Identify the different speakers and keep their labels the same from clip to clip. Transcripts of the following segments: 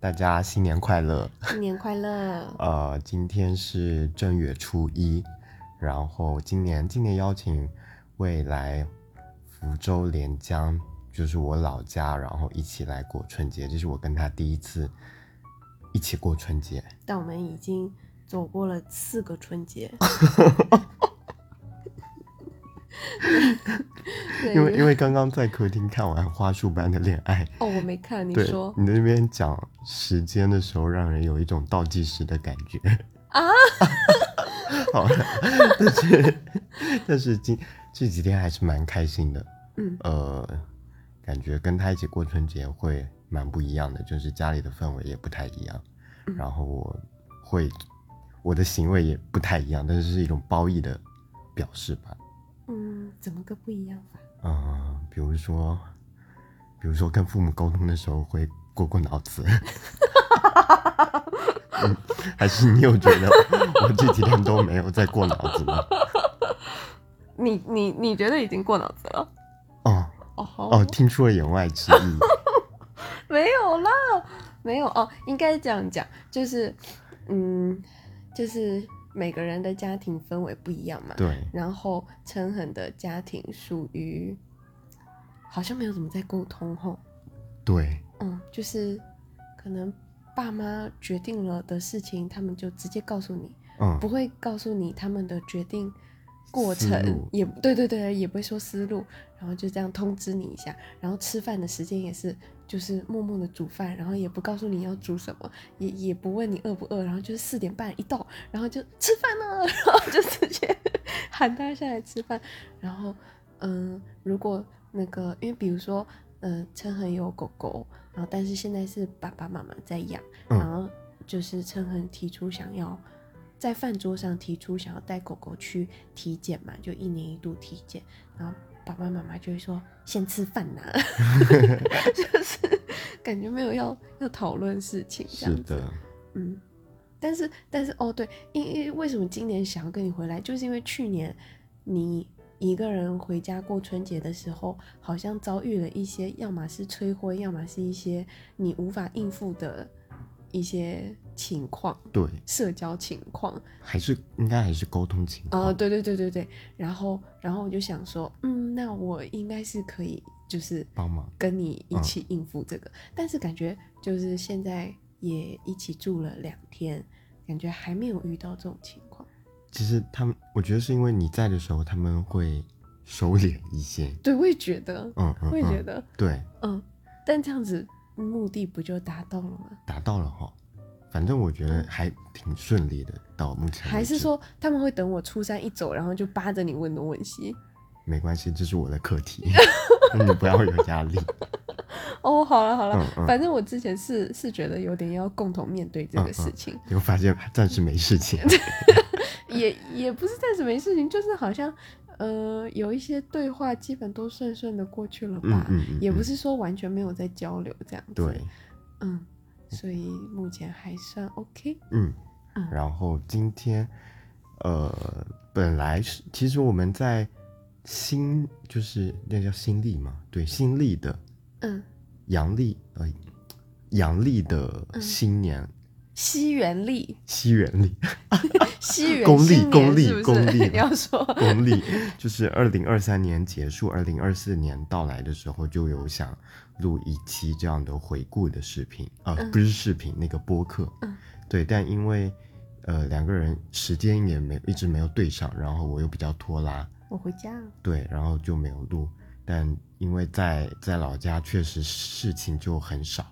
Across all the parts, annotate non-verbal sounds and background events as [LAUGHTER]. Speaker 1: 大家新年快乐！
Speaker 2: 新年快乐！
Speaker 1: 呃，今天是正月初一，然后今年今年邀请未来福州连江，就是我老家，然后一起来过春节，这是我跟他第一次一起过春节。
Speaker 2: 但我们已经走过了四个春节，
Speaker 1: [LAUGHS]
Speaker 2: 对
Speaker 1: 因为因为刚刚在客厅看完《花束般的恋爱》，
Speaker 2: 哦，我没看你
Speaker 1: 对
Speaker 2: 说
Speaker 1: 你在那边讲时间的时候，让人有一种倒计时的感觉。
Speaker 2: 啊，
Speaker 1: [LAUGHS] 好了，但是 [LAUGHS] 但是今这几天还是蛮开心的，
Speaker 2: 嗯，
Speaker 1: 呃，感觉跟他一起过春节会蛮不一样的，就是家里的氛围也不太一样，
Speaker 2: 嗯
Speaker 1: 然后我会我的行为也不太一样，但是是一种褒义的表示吧，
Speaker 2: 嗯，怎么个不一样法？
Speaker 1: 嗯、比如说比如说跟父母沟通的时候会过过脑子。 [LAUGHS] 嗯还是你有觉得我这几天都没有在过脑子吗？
Speaker 2: 你你你觉得已经过脑子了？
Speaker 1: 哦，
Speaker 2: 哦
Speaker 1: 哦，听出了言外之
Speaker 2: [LAUGHS]
Speaker 1: 意。
Speaker 2: 没有啦，没有哦，应该这样讲，就是，嗯，就是每个人的家庭氛围不一样嘛。
Speaker 1: 对，
Speaker 2: 然后陈恒的家庭属于，好像没有怎么在沟通吼，
Speaker 1: 对，
Speaker 2: 嗯，就是可能爸妈决定了的事情，他们就直接告诉你，
Speaker 1: 嗯
Speaker 2: 不，会告诉你他们的决定过
Speaker 1: 思
Speaker 2: 程
Speaker 1: 路，
Speaker 2: 也对对对，也不会说思路，然后就这样通知你一下。然后吃饭的时间也是，就是默默的煮饭，然后也不告诉你要煮什么，也也不问你饿不饿，然后就是四点半一到，然后就吃饭了， [LAUGHS] 然后就直接 [LAUGHS] 喊他下来吃饭。然后，嗯，如果那个，因为比如说，呃，陈恒有狗狗，然后但是现在是爸爸妈妈在养，
Speaker 1: 嗯
Speaker 2: 然后就是陈恒提出想要在饭桌上提出想要带狗狗去体检嘛，就一年一度体检，然后爸爸妈妈就会说先吃饭呐、 [LAUGHS] 就是感觉没有要要讨论事情这
Speaker 1: 是
Speaker 2: 样子，
Speaker 1: 的，
Speaker 2: 嗯。但是但是哦对，因因为什么今年想要跟你回来，就是因为去年你一个人回家过春节的时候，好像遭遇了一些，要么是催婚，要么是一些你无法应付的一些情况，
Speaker 1: 对，
Speaker 2: 社交情况。
Speaker 1: 还是应该还是沟通情
Speaker 2: 啊、
Speaker 1: 况。
Speaker 2: 对对对对对，然后然后我就想说，嗯，那我应该是可以，就是
Speaker 1: 帮忙
Speaker 2: 跟你一
Speaker 1: 嗯
Speaker 2: 起应付这个，但是感觉就是现在也一起住了两天，感觉还没有遇到这种情况。
Speaker 1: 其实他们，我觉得是因为你在的时候，他们会收敛一些。
Speaker 2: 对，我也觉得，
Speaker 1: 嗯嗯
Speaker 2: 我也觉
Speaker 1: 嗯，
Speaker 2: 得，
Speaker 1: 对，
Speaker 2: 嗯，但这样子目的不就达到了吗？
Speaker 1: 达到了哈。反正我觉得还挺顺利的，到目前为止
Speaker 2: 还是说他们会等我初三一走，然后就扒着你问东问西？
Speaker 1: 没关系，这是我的课题， [LAUGHS] 你不要有压力。
Speaker 2: 哦，好了好了，
Speaker 1: 嗯嗯
Speaker 2: 反正我之前是是觉得有点要共同面对这
Speaker 1: 嗯
Speaker 2: 个事
Speaker 1: 嗯嗯
Speaker 2: 情。
Speaker 1: 结果发现暂时没事
Speaker 2: [LAUGHS]
Speaker 1: 情。
Speaker 2: 也也不是暂时没事情，就是好像呃有一些对话基本都顺顺的过去了
Speaker 1: 嗯
Speaker 2: 吧，
Speaker 1: 嗯嗯，
Speaker 2: 也不
Speaker 1: 嗯
Speaker 2: 是说完全没有在交流这样子。
Speaker 1: 对，，
Speaker 2: 嗯，所以目前还算 OK。
Speaker 1: 嗯
Speaker 2: 嗯，
Speaker 1: 然后今天，呃，本来是其实我们在新就是那叫新历嘛，对，新历的
Speaker 2: 嗯，
Speaker 1: 阳历呃阳历的
Speaker 2: 嗯
Speaker 1: 新年、
Speaker 2: 西元历，
Speaker 1: 西元历
Speaker 2: 西元
Speaker 1: 公历
Speaker 2: 新年
Speaker 1: 公历
Speaker 2: 是不是
Speaker 1: 公历
Speaker 2: [LAUGHS] 你要
Speaker 1: [LAUGHS]
Speaker 2: 说，
Speaker 1: 公历，就是二零二三年结束，二零二四年到来的时候，就有想录一期这样的回顾的视频，呃，
Speaker 2: 嗯
Speaker 1: 不是视频，那个播客，
Speaker 2: 嗯
Speaker 1: 对，但因为。呃，两个人时间也没一直没有对上，然后我又比较拖拉，
Speaker 2: 我回家了。
Speaker 1: 对，然后就没有录。但因为在在老家确实事情就很少，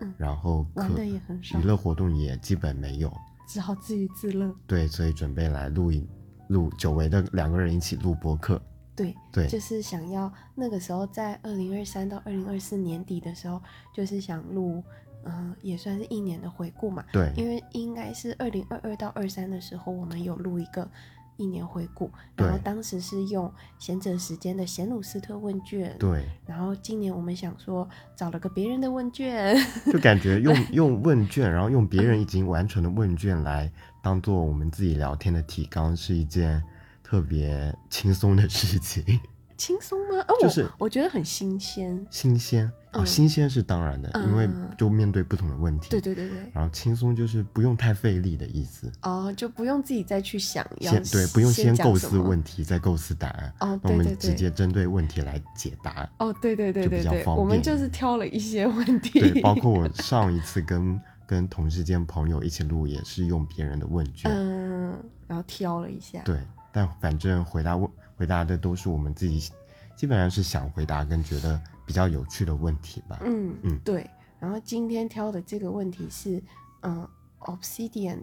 Speaker 2: 嗯
Speaker 1: 然后
Speaker 2: 玩
Speaker 1: 可
Speaker 2: 的也很少
Speaker 1: 娱乐活动也基本没有，
Speaker 2: 只好自娱自乐。
Speaker 1: 对，所以准备来录一录久违的两个人一起录播客，
Speaker 2: 对，
Speaker 1: 对
Speaker 2: 就是想要那个时候在二零二三到二零二四年底的时候，就是想录，嗯、也算是一年的回顾嘛。
Speaker 1: 对，
Speaker 2: 因为应该是二零二二到二三的时候，我们有录一个一年回顾，然后
Speaker 1: 对
Speaker 2: 当时是用贤者时间的贤鲁斯特问卷，
Speaker 1: 对，
Speaker 2: 然后今年我们想说找了个别人的问卷， [LAUGHS]
Speaker 1: 就感觉用用问卷，然后用别人已经完成的问卷来当做我们自己聊天的提纲，是一件特别轻松的事情。
Speaker 2: 轻松吗？哦，
Speaker 1: 就是
Speaker 2: 我我觉得很新鲜。
Speaker 1: 新鲜啊、
Speaker 2: 嗯
Speaker 1: 新鲜是当然的，因为
Speaker 2: 嗯
Speaker 1: 就面对不同的问题。
Speaker 2: 对对对对，
Speaker 1: 然后轻松就是不用太费力的意思，
Speaker 2: 哦，就不用自己再去想要
Speaker 1: 先对，不用先
Speaker 2: 讲
Speaker 1: 构
Speaker 2: 什
Speaker 1: 思
Speaker 2: 么
Speaker 1: 问题再构思答案，
Speaker 2: 哦，
Speaker 1: 那我
Speaker 2: 对对
Speaker 1: 们直
Speaker 2: 对，
Speaker 1: 接针对问题来解答案。
Speaker 2: 哦，对对对
Speaker 1: 就比
Speaker 2: 对
Speaker 1: 较
Speaker 2: 对，
Speaker 1: 方
Speaker 2: 我们
Speaker 1: 便
Speaker 2: 就是挑了一些问题，
Speaker 1: 对，包括我上一次跟跟同事间朋友一起录，也是用别人的问卷，
Speaker 2: 嗯，然后挑了一下，
Speaker 1: 对，但反正回答问回答的都是我们自己，基本上是想回答跟觉得比较有趣的问题吧。
Speaker 2: 嗯
Speaker 1: 嗯
Speaker 2: 对。然后今天挑的这个问题是，嗯，Obsidian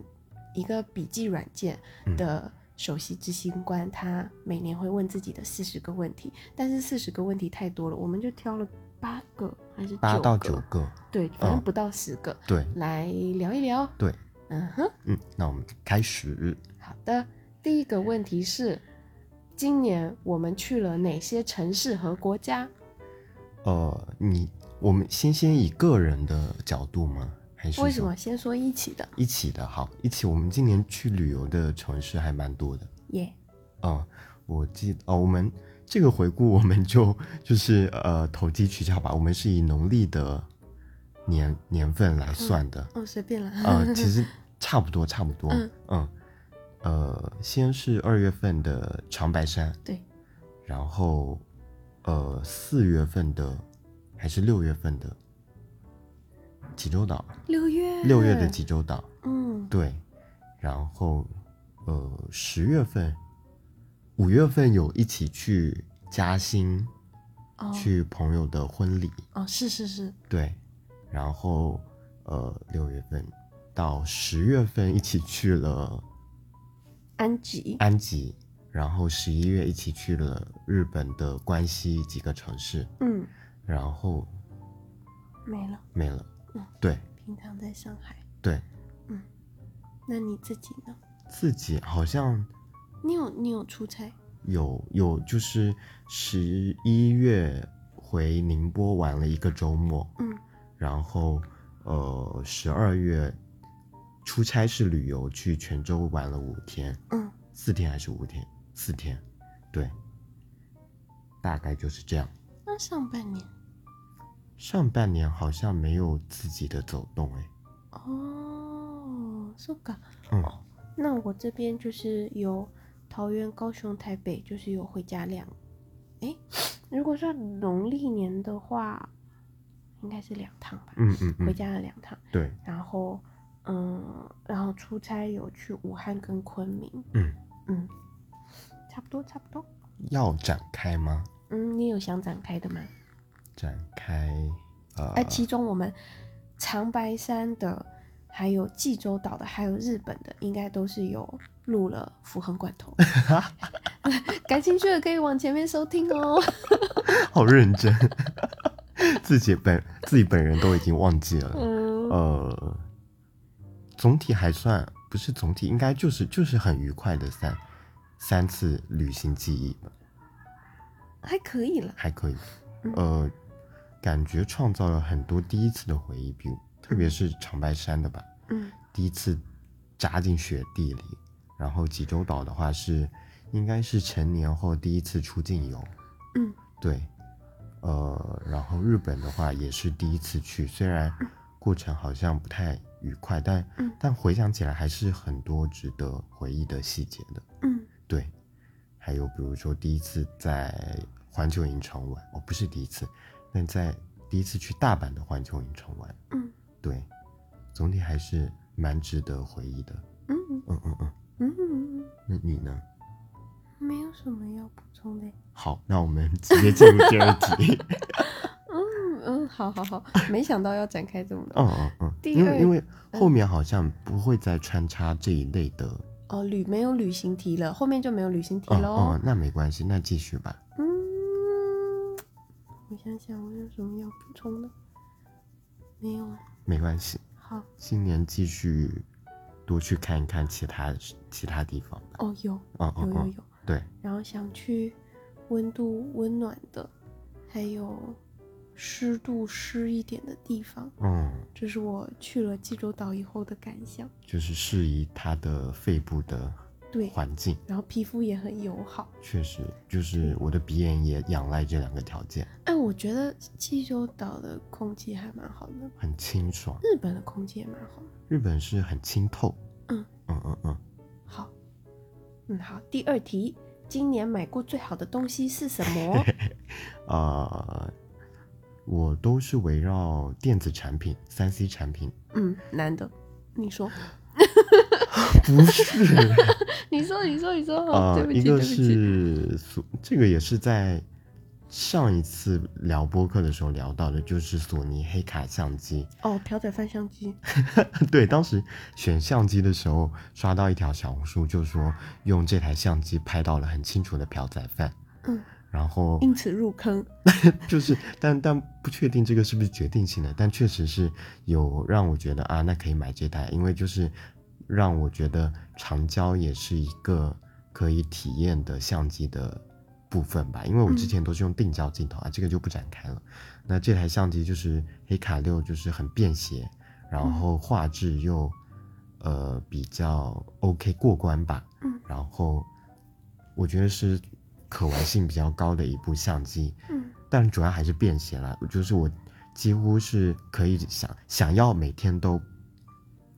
Speaker 2: 一个笔记软件
Speaker 1: 嗯
Speaker 2: 的首席执行官，他每年会问自己的四十个问题，但是四十个问题太多了，我们就挑了八个还是
Speaker 1: 八到
Speaker 2: 九
Speaker 1: 九
Speaker 2: 个，
Speaker 1: 个，
Speaker 2: 对，反正
Speaker 1: 嗯
Speaker 2: 不到十个，
Speaker 1: 对
Speaker 2: 来聊一聊。
Speaker 1: 对，
Speaker 2: 嗯哼，
Speaker 1: 嗯，那我们开始。
Speaker 2: 好的。第一个问题是，今年我们去了哪些城市和国家？
Speaker 1: 呃，你我们先先以个人的角度吗？还是
Speaker 2: 为什
Speaker 1: 说
Speaker 2: 么先说一起的？
Speaker 1: 一起的？好，一起。我们今年去旅游的城市还蛮多的。
Speaker 2: 耶、
Speaker 1: 嗯，我记哦，我们这个回顾我们就就是呃投机取巧吧，我们是以农历的年年份来算的。
Speaker 2: 哦，随便了。
Speaker 1: 呃，其实差不多，差不多。
Speaker 2: 嗯
Speaker 1: 嗯，呃，先是二月份的长白山，
Speaker 2: [LAUGHS] 对，
Speaker 1: 然后呃四月份的还是六月份的济州岛，
Speaker 2: 六月，
Speaker 1: 六月的济州岛，
Speaker 2: 嗯，
Speaker 1: 对，然后呃十月份、五月份有一起去嘉兴、
Speaker 2: 哦
Speaker 1: 去朋友的婚礼，
Speaker 2: 哦，是是是，
Speaker 1: 对，然后呃六月份到十月份一起去了
Speaker 2: 安吉，
Speaker 1: 安吉，然后十一月一起去了日本的关西几个城市，
Speaker 2: 嗯，
Speaker 1: 然后
Speaker 2: 没了，
Speaker 1: 没了
Speaker 2: 嗯。
Speaker 1: 对
Speaker 2: 平常在上海。
Speaker 1: 对，
Speaker 2: 那你自己呢？
Speaker 1: 自己好像
Speaker 2: 你有你有出差？
Speaker 1: 有有就是十一月回宁波玩了一个周末，
Speaker 2: 嗯，
Speaker 1: 然后呃十二月出差是旅游去泉州玩了五天，
Speaker 2: 嗯，
Speaker 1: 四天还是五天？四天，对，大概就是这样。
Speaker 2: 那上半年
Speaker 1: 上半年好像没有自己的走动哎，
Speaker 2: 哦，so ga。哦
Speaker 1: 嗯，
Speaker 2: 那我这边就是有桃园、高雄、台北，就是有回家两，哎，如果算农历年的话，应该是两趟吧，
Speaker 1: 嗯嗯
Speaker 2: 回
Speaker 1: 嗯，
Speaker 2: 家了两趟，
Speaker 1: 对，
Speaker 2: 然后嗯，然后出差有去武汉跟昆明，
Speaker 1: 嗯，
Speaker 2: 嗯，差不多差不多，
Speaker 1: 要展开吗？
Speaker 2: 嗯，你有想展开的吗？
Speaker 1: 展开， [LAUGHS] 呃，
Speaker 2: 而其中我们长白山的，还有济州岛的，还有日本的，应该都是有录了符恒罐头。感兴趣的可以往前面收听哦。
Speaker 1: 好认真， [LAUGHS] 自己本自己本人都已经忘记了，
Speaker 2: 嗯，
Speaker 1: 呃，总体还算不是总体，应该就是就是很愉快的三三次旅行记忆吧，
Speaker 2: 还可以了。
Speaker 1: 还可以
Speaker 2: 嗯，
Speaker 1: 呃，感觉创造了很多第一次的回忆，比如特别是长白山的吧，
Speaker 2: 嗯
Speaker 1: 第一次扎进雪地里，然后济州岛的话是应该是成年后第一次出境游，
Speaker 2: 嗯
Speaker 1: 对，呃，然后日本的话也是第一次去，虽然过程好像不太愉快，但、
Speaker 2: 嗯
Speaker 1: 但回想起来还是很多值得回忆的细节的。
Speaker 2: 嗯，
Speaker 1: 对，还有比如说第一次在环球影城玩，哦，不是第一次，但在第一次去大阪的环球影城玩，
Speaker 2: 嗯，
Speaker 1: 对，总体还是蛮值得回忆的。
Speaker 2: 嗯
Speaker 1: 嗯嗯嗯，
Speaker 2: 嗯嗯，
Speaker 1: 那你呢？
Speaker 2: 没有什么要补充的。
Speaker 1: 好，那我们直接进入第二题。
Speaker 2: 嗯嗯，好好好，没想到要展开这么
Speaker 1: [LAUGHS]
Speaker 2: 多。
Speaker 1: 嗯嗯嗯，
Speaker 2: 第
Speaker 1: 因
Speaker 2: 二嗯
Speaker 1: 为因为后面好像不会再穿插这一类的，
Speaker 2: 哦，旅没有旅行题了，后面就没有旅行题哦
Speaker 1: 嗯
Speaker 2: 喽。
Speaker 1: 嗯，那没关系，那继续吧。
Speaker 2: 嗯，我想想，我有什么要补充的？没有了。
Speaker 1: 没关系，
Speaker 2: 好，
Speaker 1: 今年继续多去看一看其他其他地方吧。
Speaker 2: 哦，有
Speaker 1: 嗯
Speaker 2: 有
Speaker 1: 嗯
Speaker 2: 有
Speaker 1: 嗯，
Speaker 2: 有，
Speaker 1: 对，
Speaker 2: 然后想去温度温暖的，还有湿度湿一点的地方，
Speaker 1: 嗯，
Speaker 2: 这是我去了济州岛以后的感想。
Speaker 1: 就是适宜它的肺部的
Speaker 2: 对，
Speaker 1: 环境。
Speaker 2: 然后皮肤也很友好。
Speaker 1: 确实，就是我的鼻炎也仰赖这两个条件，
Speaker 2: 哎，我觉得济州岛的空气还蛮好的，
Speaker 1: 很清爽。
Speaker 2: 日本的空气也蛮好的。
Speaker 1: 日本是很清透。
Speaker 2: 嗯
Speaker 1: 嗯嗯嗯，
Speaker 2: 好，嗯好，第二题，今年买过最好的东西是什 [LAUGHS] 么？
Speaker 1: 呃，我都是围绕电子产品、三 C 产
Speaker 2: [LAUGHS]
Speaker 1: 品，
Speaker 2: 嗯，男的，你说，
Speaker 1: 不是
Speaker 2: 你说，你说，你说，哦
Speaker 1: 呃
Speaker 2: 对，不
Speaker 1: 一
Speaker 2: 起，对
Speaker 1: 个
Speaker 2: 不起，
Speaker 1: 是索，这个也是在上一次聊播客的时候聊到的，就是索尼黑卡相机。
Speaker 2: 哦，朴仔翻相机，
Speaker 1: [LAUGHS] 对，当时选相机的时候刷到一条小红书，就说用这台相机拍到了很清楚的朴仔饭，
Speaker 2: 嗯，
Speaker 1: 然后
Speaker 2: 因此入坑，
Speaker 1: [LAUGHS] 就是，但但不确定这个是不是决定性的，但确实是有让我觉得啊，那可以买这台，因为就是让我觉得长焦也是一个可以体验的相机的部分吧。因为我之前都是用定焦镜头啊，这个就不展开了。那这台相机就是黑卡六，就是很便携，然后画质又呃比较 OK 过关吧。
Speaker 2: 嗯
Speaker 1: 然后我觉得是可玩性比较高的一部相机。
Speaker 2: 嗯
Speaker 1: 但主要还是便携啦，就是我几乎是可以想想要每天都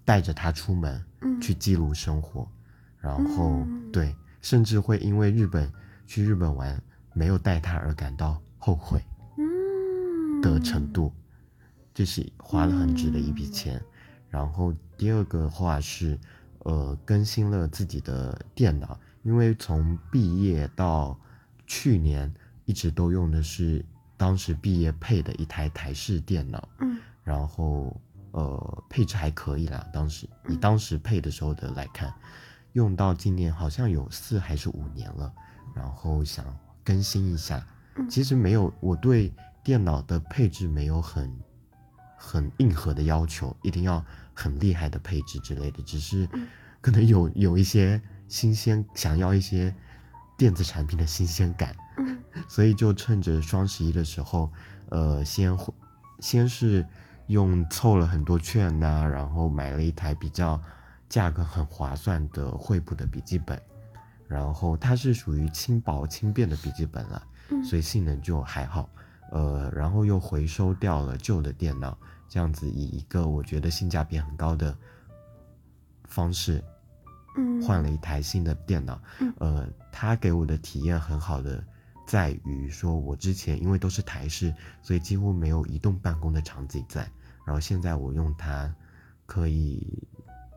Speaker 1: 带着它出门
Speaker 2: 嗯，
Speaker 1: 去记录生活，然后、
Speaker 2: 嗯
Speaker 1: 对，甚至会因为日本去日本玩没有带它而感到后悔
Speaker 2: 嗯
Speaker 1: 的程，度，这是花了很值的一笔
Speaker 2: 嗯
Speaker 1: 钱。然后第二个话是，呃，更新了自己的电脑，因为从毕业到去年一直都用的是当时毕业配的一台台式电脑，
Speaker 2: 嗯
Speaker 1: 然后呃配置还可以啦，当时以
Speaker 2: 嗯
Speaker 1: 当时配的时候的来看，用到今年好像有四还是五年了，然后想更新一下
Speaker 2: 嗯。
Speaker 1: 其实没有，我对电脑的配置没有很很硬核的要求，一定要很厉害的配置之类的，只是
Speaker 2: 嗯
Speaker 1: [LAUGHS] 可能有有一些新鲜，想要一些电子产品的新鲜感。
Speaker 2: 嗯
Speaker 1: 所以就趁着双十一的时候，呃，先会先是用凑了很多券呐、然后买了一台比较价格很划算的惠普的笔记本，然后它是属于轻薄轻便的笔记本了，
Speaker 2: 嗯，
Speaker 1: 所以性能就还好，呃，然后又回收掉了旧的电脑，这样子以一个我觉得性价比很高的方式
Speaker 2: 以
Speaker 1: 换了一台新的电脑，
Speaker 2: 嗯
Speaker 1: 呃，它给我的体验很好的在于说，我之前因为都是台式，所以几乎没有移动办公的场景在，然后现在我用它可以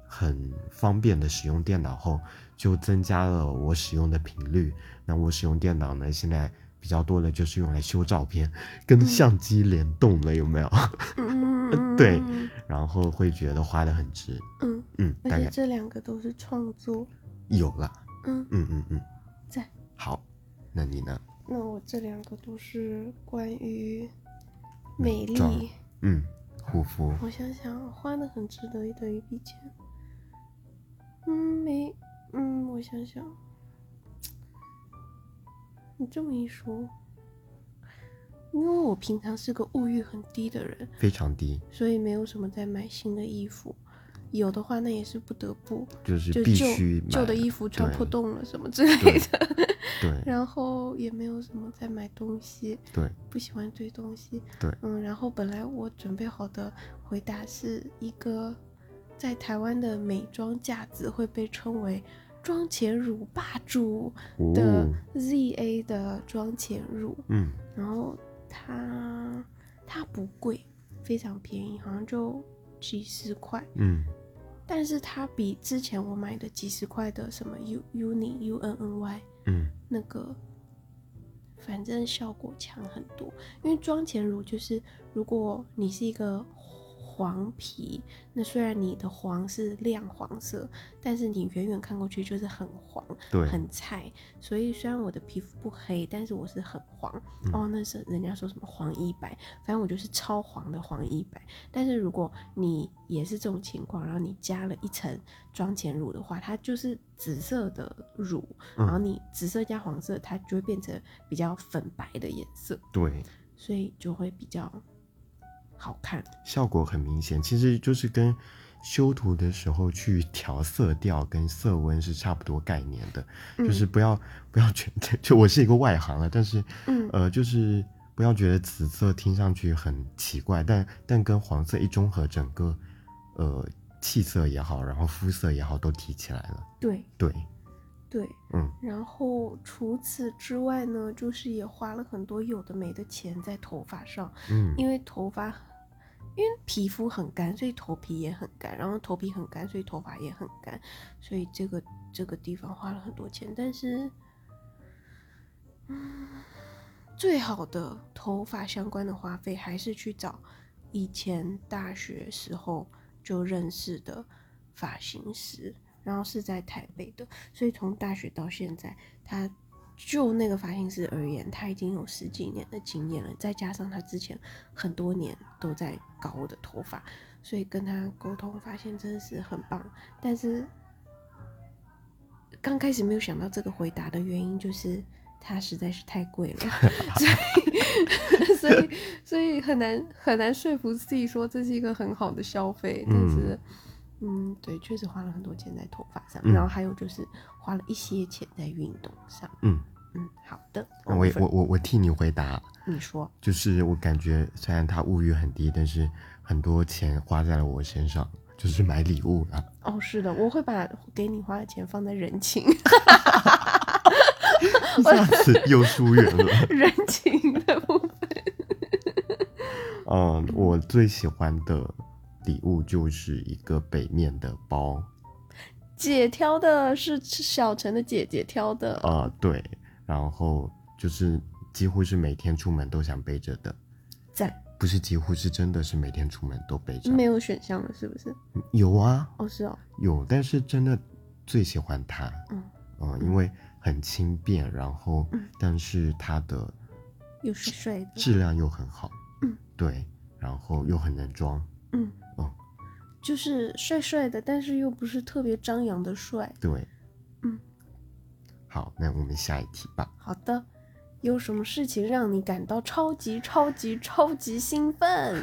Speaker 1: 很方便的使用电脑后，就增加了我使用的频率。那我使用电脑呢，现在比较多的就是用来修照片，跟
Speaker 2: 嗯
Speaker 1: 相机联动了，有没 [LAUGHS] 有？
Speaker 2: 嗯，嗯
Speaker 1: 呃对，
Speaker 2: 嗯
Speaker 1: 然后会觉得花的很值，
Speaker 2: 嗯，
Speaker 1: 嗯，大
Speaker 2: 而且
Speaker 1: 概
Speaker 2: 这两个都是创作，
Speaker 1: 有了，
Speaker 2: 嗯，
Speaker 1: 嗯嗯嗯，
Speaker 2: 在。
Speaker 1: 好，那你呢？
Speaker 2: 那我这两个都是关于
Speaker 1: 美
Speaker 2: 美
Speaker 1: 妆
Speaker 2: 丽，
Speaker 1: 嗯，护肤，
Speaker 2: 我想想，花的很值得的一笔钱。嗯，没，嗯，我想想，你这么一说，因为我平常是个物欲很低的人，
Speaker 1: 非常低，
Speaker 2: 所以没有什么在买新的衣服。有的话，那也是不得不，
Speaker 1: 就是
Speaker 2: 就
Speaker 1: 必
Speaker 2: 旧
Speaker 1: 须买
Speaker 2: 旧的衣服穿
Speaker 1: 对
Speaker 2: 破洞了什么之类的。
Speaker 1: 对
Speaker 2: [LAUGHS] 然后也没有什么在买东西，
Speaker 1: 对，
Speaker 2: 不喜欢堆东西。
Speaker 1: 对
Speaker 2: 嗯，然后本来我准备好的回答是一个在台湾的美妆架子会被称为妆前乳霸主的
Speaker 1: 哦，
Speaker 2: ZA 的妆前乳，
Speaker 1: 嗯，
Speaker 2: 然后它它不贵，非常便宜，好像就几十块，
Speaker 1: 嗯
Speaker 2: 但是它比之前我买的几十块的什么 U Uni U N N Y
Speaker 1: 嗯
Speaker 2: 那个，反正效果强很多。因为妆前乳就是，如果你是一个黄皮，那虽然你的黄是亮黄色，但是你远远看过去就是很黄，
Speaker 1: 对
Speaker 2: 很菜。所以虽然我的皮肤不黑，但是我是很黄。
Speaker 1: 嗯
Speaker 2: 哦，那是人家说什么黄一白，反正我就是超黄的黄一白。但是如果你也是这种情况，然后你加了一层妆前乳的话，它就是紫色的乳，然后
Speaker 1: 嗯，
Speaker 2: 你紫色加黄色，它就会变成比较粉白的颜色，
Speaker 1: 对，
Speaker 2: 所以就会比较好看。
Speaker 1: 效果很明显，其实就是跟修图的时候去调色调跟色温是差不多概念的，
Speaker 3: 嗯
Speaker 1: 就是不要不要觉得就我是一个外行了，但是
Speaker 3: 嗯
Speaker 1: 呃，就是不要觉得紫色听上去很奇怪，但但跟黄色一中和，整个呃气色也好，然后肤色也好都提起来了。
Speaker 2: 对
Speaker 1: 对，
Speaker 2: 对，
Speaker 1: 嗯，
Speaker 2: 然后除此之外呢，就是也花了很多有的没的钱在头发上，
Speaker 1: 嗯，
Speaker 2: 因为头发，因为皮肤很干，所以头皮也很干，然后头皮很干，所以头发也很干，所以这个这个地方花了很多钱，但是，嗯，最好的头发相关的花费还是去找以前大学时候就认识的发型师，然后是在台北的，所以从大学到现在，他就那个发型师而言，他已经有十几年的经验了，再加上他之前很多年都在搞我的头发，所以跟他沟通发现真的是很棒。但是刚开始没有想到这个回答的原因就是。它实在是太贵了，所以 [LAUGHS] 所以所以很难很难说服自己说这是一个很好的消费，但是嗯对，确实花了很多钱在头发上，
Speaker 1: 嗯
Speaker 2: 然后还有就是花了一些钱在运动上。
Speaker 1: 嗯，
Speaker 2: 嗯，好的。
Speaker 1: 那我也
Speaker 2: over
Speaker 1: 我我我替你回答，
Speaker 2: 你说，
Speaker 1: 就是我感觉虽然他物欲很低，但是很多钱花在了我身上，就是买礼物啊了。
Speaker 2: 哦，是的，我会把给你花的钱放在人情 [LAUGHS]
Speaker 1: 下 [LAUGHS] 次又疏远了。
Speaker 2: 人情的部分。
Speaker 1: 嗯，我最喜欢的礼物就是一个北面的包
Speaker 2: 姐挑的是是小陈的姐姐挑的，
Speaker 1: 啊、对，然后就是几乎是每天出门都想背着的，
Speaker 2: 赞，
Speaker 1: 不是几乎是真的是每天出门都背着。
Speaker 2: 没有选项了是不是？
Speaker 1: 有啊，
Speaker 2: 哦，是哦，
Speaker 1: 有，但是真的最喜欢它，
Speaker 2: 嗯，
Speaker 1: 嗯，因为很轻便，然后
Speaker 2: 嗯
Speaker 1: 但是它的
Speaker 2: 又是睡的，
Speaker 1: 质量又很好，
Speaker 2: 嗯，
Speaker 1: 对，然后又很能装，
Speaker 2: 嗯
Speaker 1: 哦
Speaker 2: 就是帅帅的，但是又不是特别张扬的帅。
Speaker 1: 对，
Speaker 2: 嗯，
Speaker 1: 好，那我们下一题吧。
Speaker 2: 好的，有什么事情让你感到超级超级超级兴奋？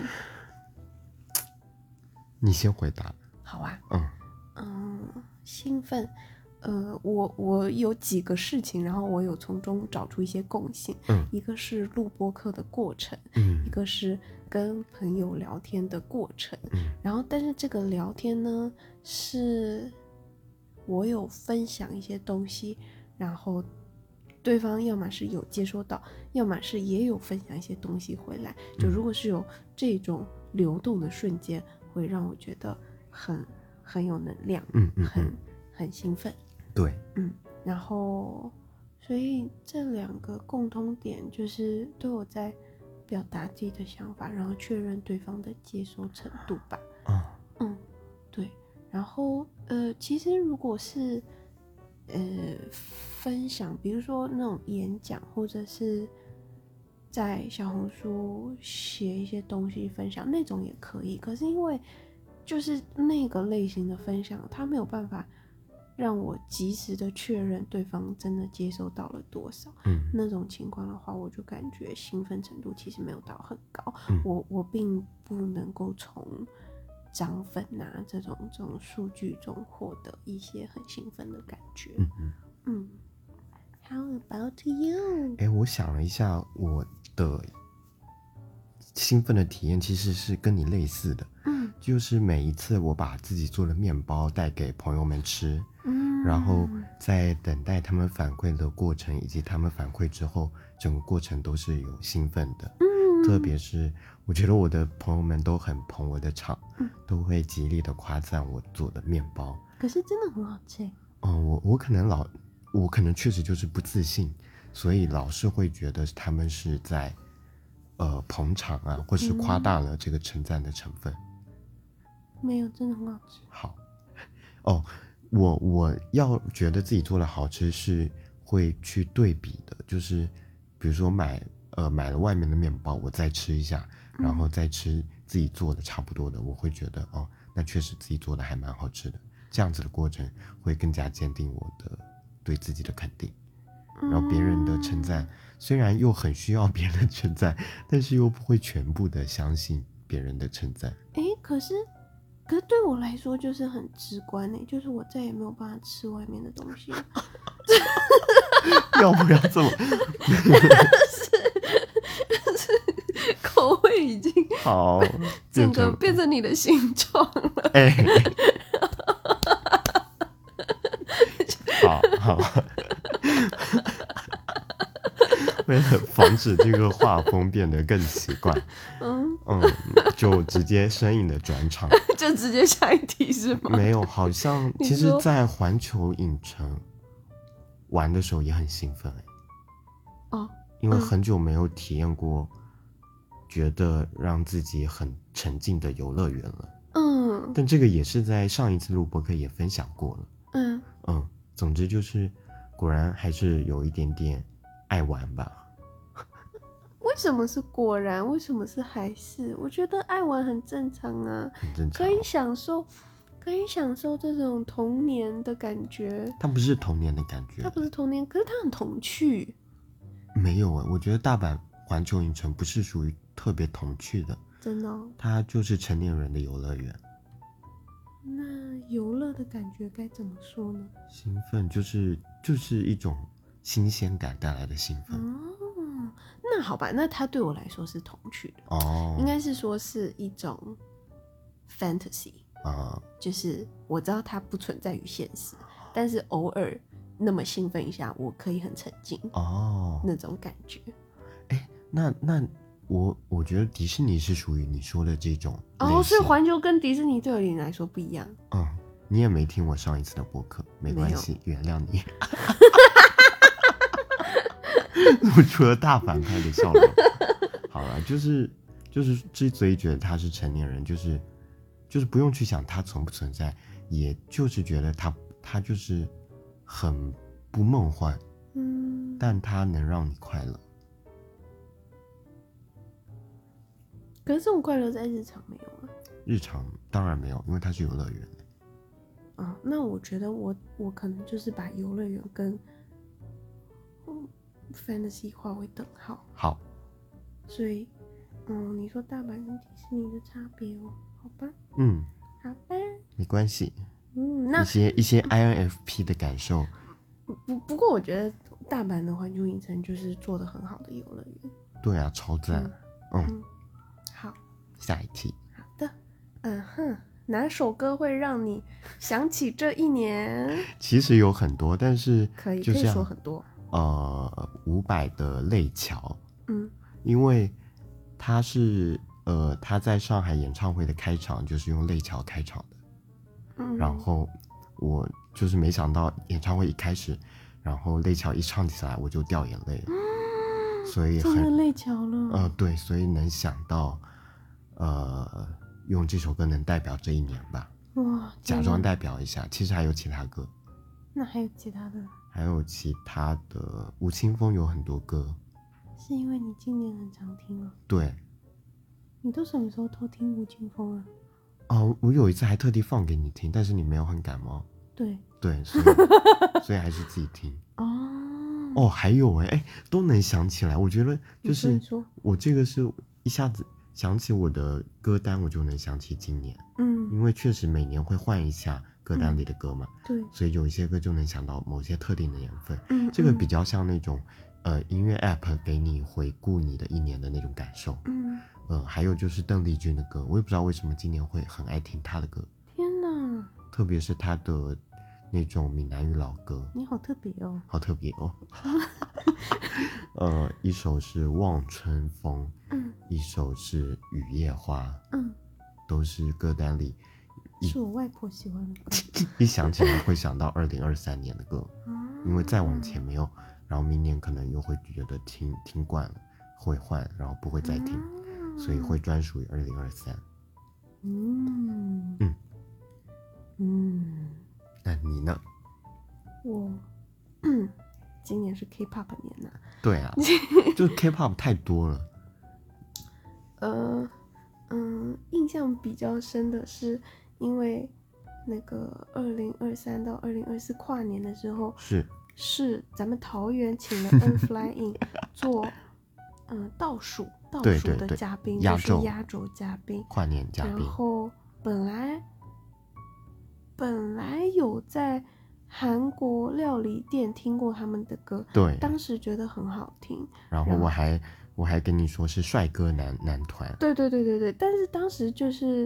Speaker 1: 你先回答，
Speaker 2: 好啊，
Speaker 1: 嗯
Speaker 2: 嗯，兴奋。呃，我我有几个事情，然后我有从中找出一些共性。
Speaker 1: 嗯
Speaker 2: 一个是录播课的过程，一
Speaker 1: 嗯
Speaker 2: 个是跟朋友聊天的过程。
Speaker 1: 嗯
Speaker 2: 然后，但是这个聊天呢，是我有分享一些东西，然后对方要么是有接收到，要么是也有分享一些东西回来。
Speaker 1: 嗯
Speaker 2: 就如果是有这种流动的瞬间，会让我觉得很很有能量，
Speaker 1: 嗯嗯
Speaker 2: 很
Speaker 1: 嗯，
Speaker 2: 很兴奋。
Speaker 1: 对，
Speaker 2: 嗯，然后，所以这两个共通点就是都有在表达自己的想法，然后确认对方的接收程度吧。
Speaker 1: 啊、
Speaker 2: 嗯，对。然后，呃，其实如果是，呃，分享，比如说那种演讲，或者是在小红书写一些东西分享，那种也可以。可是因为就是那个类型的分享，它没有办法让我及时的确认对方真的接收到了多少。
Speaker 1: 嗯
Speaker 2: 那种情况的话，我就感觉兴奋程度其实没有到很高。
Speaker 1: 嗯
Speaker 2: 我我并不能够从涨粉啊这种这种数据中获得一些很兴奋的感觉。
Speaker 1: 嗯嗯。
Speaker 2: 嗯，How about you？
Speaker 1: 哎，我想了一下，我的兴奋的体验其实是跟你类似的，
Speaker 2: 嗯
Speaker 1: 就是每一次我把自己做的面包带给朋友们吃，
Speaker 2: 嗯，
Speaker 1: 然后在等待他们反馈的过程，以及他们反馈之后，整个过程都是有兴奋的。
Speaker 2: 嗯，
Speaker 1: 特别是我觉得我的朋友们都很捧我的场
Speaker 2: 嗯，
Speaker 1: 都会极力的夸赞我做的面包。
Speaker 2: 可是真的很好吃。欸
Speaker 1: 嗯，我我可能老，我可能确实就是不自信，所以老是会觉得他们是在，呃，捧场啊，或是夸大了这个称赞的成分。
Speaker 2: 没有，真的很好吃。
Speaker 1: 好，哦，我我要觉得自己做的好吃是会去对比的，就是比如说买呃买了外面的面包，我再吃一下，然
Speaker 2: 嗯
Speaker 1: 后再吃自己做的差不多的，我会觉得哦，那确实自己做的还蛮好吃的。这样子的过程会更加坚定我的对自己的肯定，然后别人
Speaker 2: 嗯
Speaker 1: 的称赞虽然又很需要别人的称赞，但是又不会全部的相信别人的称赞。
Speaker 2: 诶，可是可是对我来说就是很直观呢、就是我再也没有办法吃外面的东西。
Speaker 1: 要不要这么
Speaker 2: [LAUGHS]
Speaker 1: [LAUGHS]
Speaker 2: 口味已经 [LAUGHS]
Speaker 1: 好？
Speaker 2: 整
Speaker 1: 变
Speaker 2: 个
Speaker 1: 成
Speaker 2: 变成你的形状了。
Speaker 1: 哎， [LAUGHS] 好好，为了防止这个画风变得更奇怪，
Speaker 2: 嗯，
Speaker 1: 嗯，就直接生硬的转场。
Speaker 2: 就直接下一题是吗？
Speaker 1: 没有，好像
Speaker 2: [LAUGHS] 你
Speaker 1: 其实
Speaker 2: 说，
Speaker 1: 在环球影城玩的时候也很兴奋、哎
Speaker 2: 哦，
Speaker 1: 因为
Speaker 2: 嗯
Speaker 1: 很久没有体验过，觉得让自己很沉浸的游乐园了。
Speaker 2: 嗯
Speaker 1: 但这个也是在上一次录播课也分享过了。
Speaker 2: 嗯，
Speaker 1: 嗯，总之就是，果然还是有一点点爱玩吧。
Speaker 2: 为什么是果然？为什么是还是？我觉得爱玩很正常啊，
Speaker 1: 很正常
Speaker 2: 可。以享受，可以享受这种童年的感觉。
Speaker 1: 它不是童年的感觉
Speaker 2: 它，不是童年，可是它很童趣。
Speaker 1: 没有啊。我觉得大阪环球影城不是属于特别童趣的，
Speaker 2: 真的哦、
Speaker 1: 它就是成年人的游乐园。
Speaker 2: 那游乐的感觉该怎么说呢？
Speaker 1: 兴奋就是就是一种新鲜感带来的兴奋、
Speaker 2: 哦，那好吧，那它对我来说是童趣的，
Speaker 1: 哦。
Speaker 2: 应该是说是一种 fantasy，
Speaker 1: 啊、
Speaker 2: 就是我知道它不存在于现实，但是偶尔那么兴奋一下，我可以很沉浸
Speaker 1: 哦，
Speaker 2: 那种感觉。
Speaker 1: 那那我我觉得迪士尼是属于你说的这种
Speaker 2: 哦，
Speaker 1: 类
Speaker 2: 所以
Speaker 1: 型
Speaker 2: 环球跟迪士尼对你来说不一样。
Speaker 1: 嗯，你也没听我上一次的播客，没
Speaker 2: 没
Speaker 1: 关
Speaker 2: 有
Speaker 1: 系，原谅
Speaker 2: [LAUGHS]
Speaker 1: 你。露出了大反派的笑容。 [LAUGHS] 好了，就是就是之所以觉得他是成年人，就是就是不用去想他存不存在，也就是觉得他他就是很不梦幻，
Speaker 2: 嗯，
Speaker 1: 但他能让你快乐。
Speaker 2: 可是这种快乐在日常没有啊。
Speaker 1: 日常当然没有，因为他是游乐园。
Speaker 2: 啊，那我觉得我我可能就是把游乐园跟嗯 fantasy 划为等号，
Speaker 1: 好，
Speaker 2: 所以嗯，你说大阪跟迪士尼的差别哦，好吧，
Speaker 1: 嗯，
Speaker 2: 好吧，
Speaker 1: 没关系，
Speaker 2: 嗯，
Speaker 1: 一
Speaker 2: 那
Speaker 1: 些一些 INFP 的感受，
Speaker 2: 不不过我觉得大阪的环球影城就是做的很好的游乐园。
Speaker 1: 对啊，超赞。嗯
Speaker 2: 嗯，好
Speaker 1: 下一题，
Speaker 2: 好的，嗯哼，哪首歌会让你想起这一年？
Speaker 1: 其实有很多，但是
Speaker 2: 可以
Speaker 1: 就
Speaker 2: 可
Speaker 1: 这
Speaker 2: 以
Speaker 1: 样
Speaker 2: 说很多，
Speaker 1: 呃伍佰的《泪桥
Speaker 2: 嗯》，
Speaker 1: 因为他是呃他在上海演唱会的开场就是用《泪桥》开场的，
Speaker 2: 嗯，
Speaker 1: 然后我就是没想到演唱会一开始，然后《泪桥》一唱起来我就掉眼泪了，所以
Speaker 2: 啊真的
Speaker 1: 很
Speaker 2: 泪桥了，
Speaker 1: 呃对，所以能想到呃用这首歌能代表这一年吧，
Speaker 2: 嗯哇，
Speaker 1: 假
Speaker 2: 真的
Speaker 1: 装代表一下，其实还有其他歌。
Speaker 2: 那还有其他的？
Speaker 1: 还有其他的，吴青峰有很多歌，
Speaker 2: 是因为你今年很常听啊？
Speaker 1: 对，
Speaker 2: 你都什么时候偷听吴青峰啊？
Speaker 1: 哦，我有一次还特地放给你听，但是你没有很感冒，
Speaker 2: 对，
Speaker 1: 对，
Speaker 2: [LAUGHS]
Speaker 1: 所以所以还是自己听。
Speaker 2: 哦，
Speaker 1: 哦，还有哎哎，都能想起来，我觉得就
Speaker 2: 你说
Speaker 1: 是
Speaker 2: 你说，
Speaker 1: 我这个是一下子想起我的歌单，我就能想起今年，
Speaker 2: 嗯，
Speaker 1: 因为确实每年会换一下歌单里的歌嘛，
Speaker 2: 对，
Speaker 1: 所以有一些歌就能想到某些特定的年份。
Speaker 2: 嗯，
Speaker 1: 这个
Speaker 2: 嗯
Speaker 1: 比，较像那种呃音乐 app 给你回顾你的一年的那种感受。
Speaker 2: 嗯，
Speaker 1: 嗯，还有就是邓丽君的歌，我也不知道为什么今年会很爱听她的歌，
Speaker 2: 天哪，
Speaker 1: 特别是她的那种闽南语老歌，
Speaker 2: 你好特别哦，
Speaker 1: 好特别哦。呃，一首是《望春风》，
Speaker 2: 嗯
Speaker 1: 一首是《雨夜花
Speaker 2: 嗯，》，
Speaker 1: 都是歌单里
Speaker 2: 是我外婆喜欢的歌，
Speaker 1: 一想起来会想到二零二三年的歌，因为再往前没有，然后明年可能又会觉得听听惯了，会换，然后不会再听，
Speaker 2: 听
Speaker 1: 所以会专属于二零二三。
Speaker 2: 嗯
Speaker 1: 嗯
Speaker 2: 嗯，
Speaker 1: 那你呢？
Speaker 2: 我，嗯，今年是 K-pop 年呐、
Speaker 1: 对
Speaker 2: [LAUGHS]
Speaker 1: 啊，就是 K-pop 太多了。
Speaker 2: 呃，嗯，印象比较深的是，因为那个二零二三到二零二四跨年的时候，
Speaker 1: 是
Speaker 2: 是咱们桃园
Speaker 1: [LAUGHS]
Speaker 2: 请了 N Flying 做，嗯、倒数倒
Speaker 1: 对
Speaker 2: 数
Speaker 1: 对
Speaker 2: 的
Speaker 1: 对
Speaker 2: 嘉宾，
Speaker 1: 压
Speaker 2: 就是
Speaker 1: 轴
Speaker 2: 压轴嘉宾。
Speaker 1: 跨年嘉
Speaker 2: 然
Speaker 1: 宾，
Speaker 2: 后本来本来有在韩国料理店听过他们的歌，
Speaker 1: 对，
Speaker 2: 当时觉得很好听。
Speaker 1: 然后我还我还跟你说是帅哥男男团，
Speaker 2: 对对对对对，但是当时就是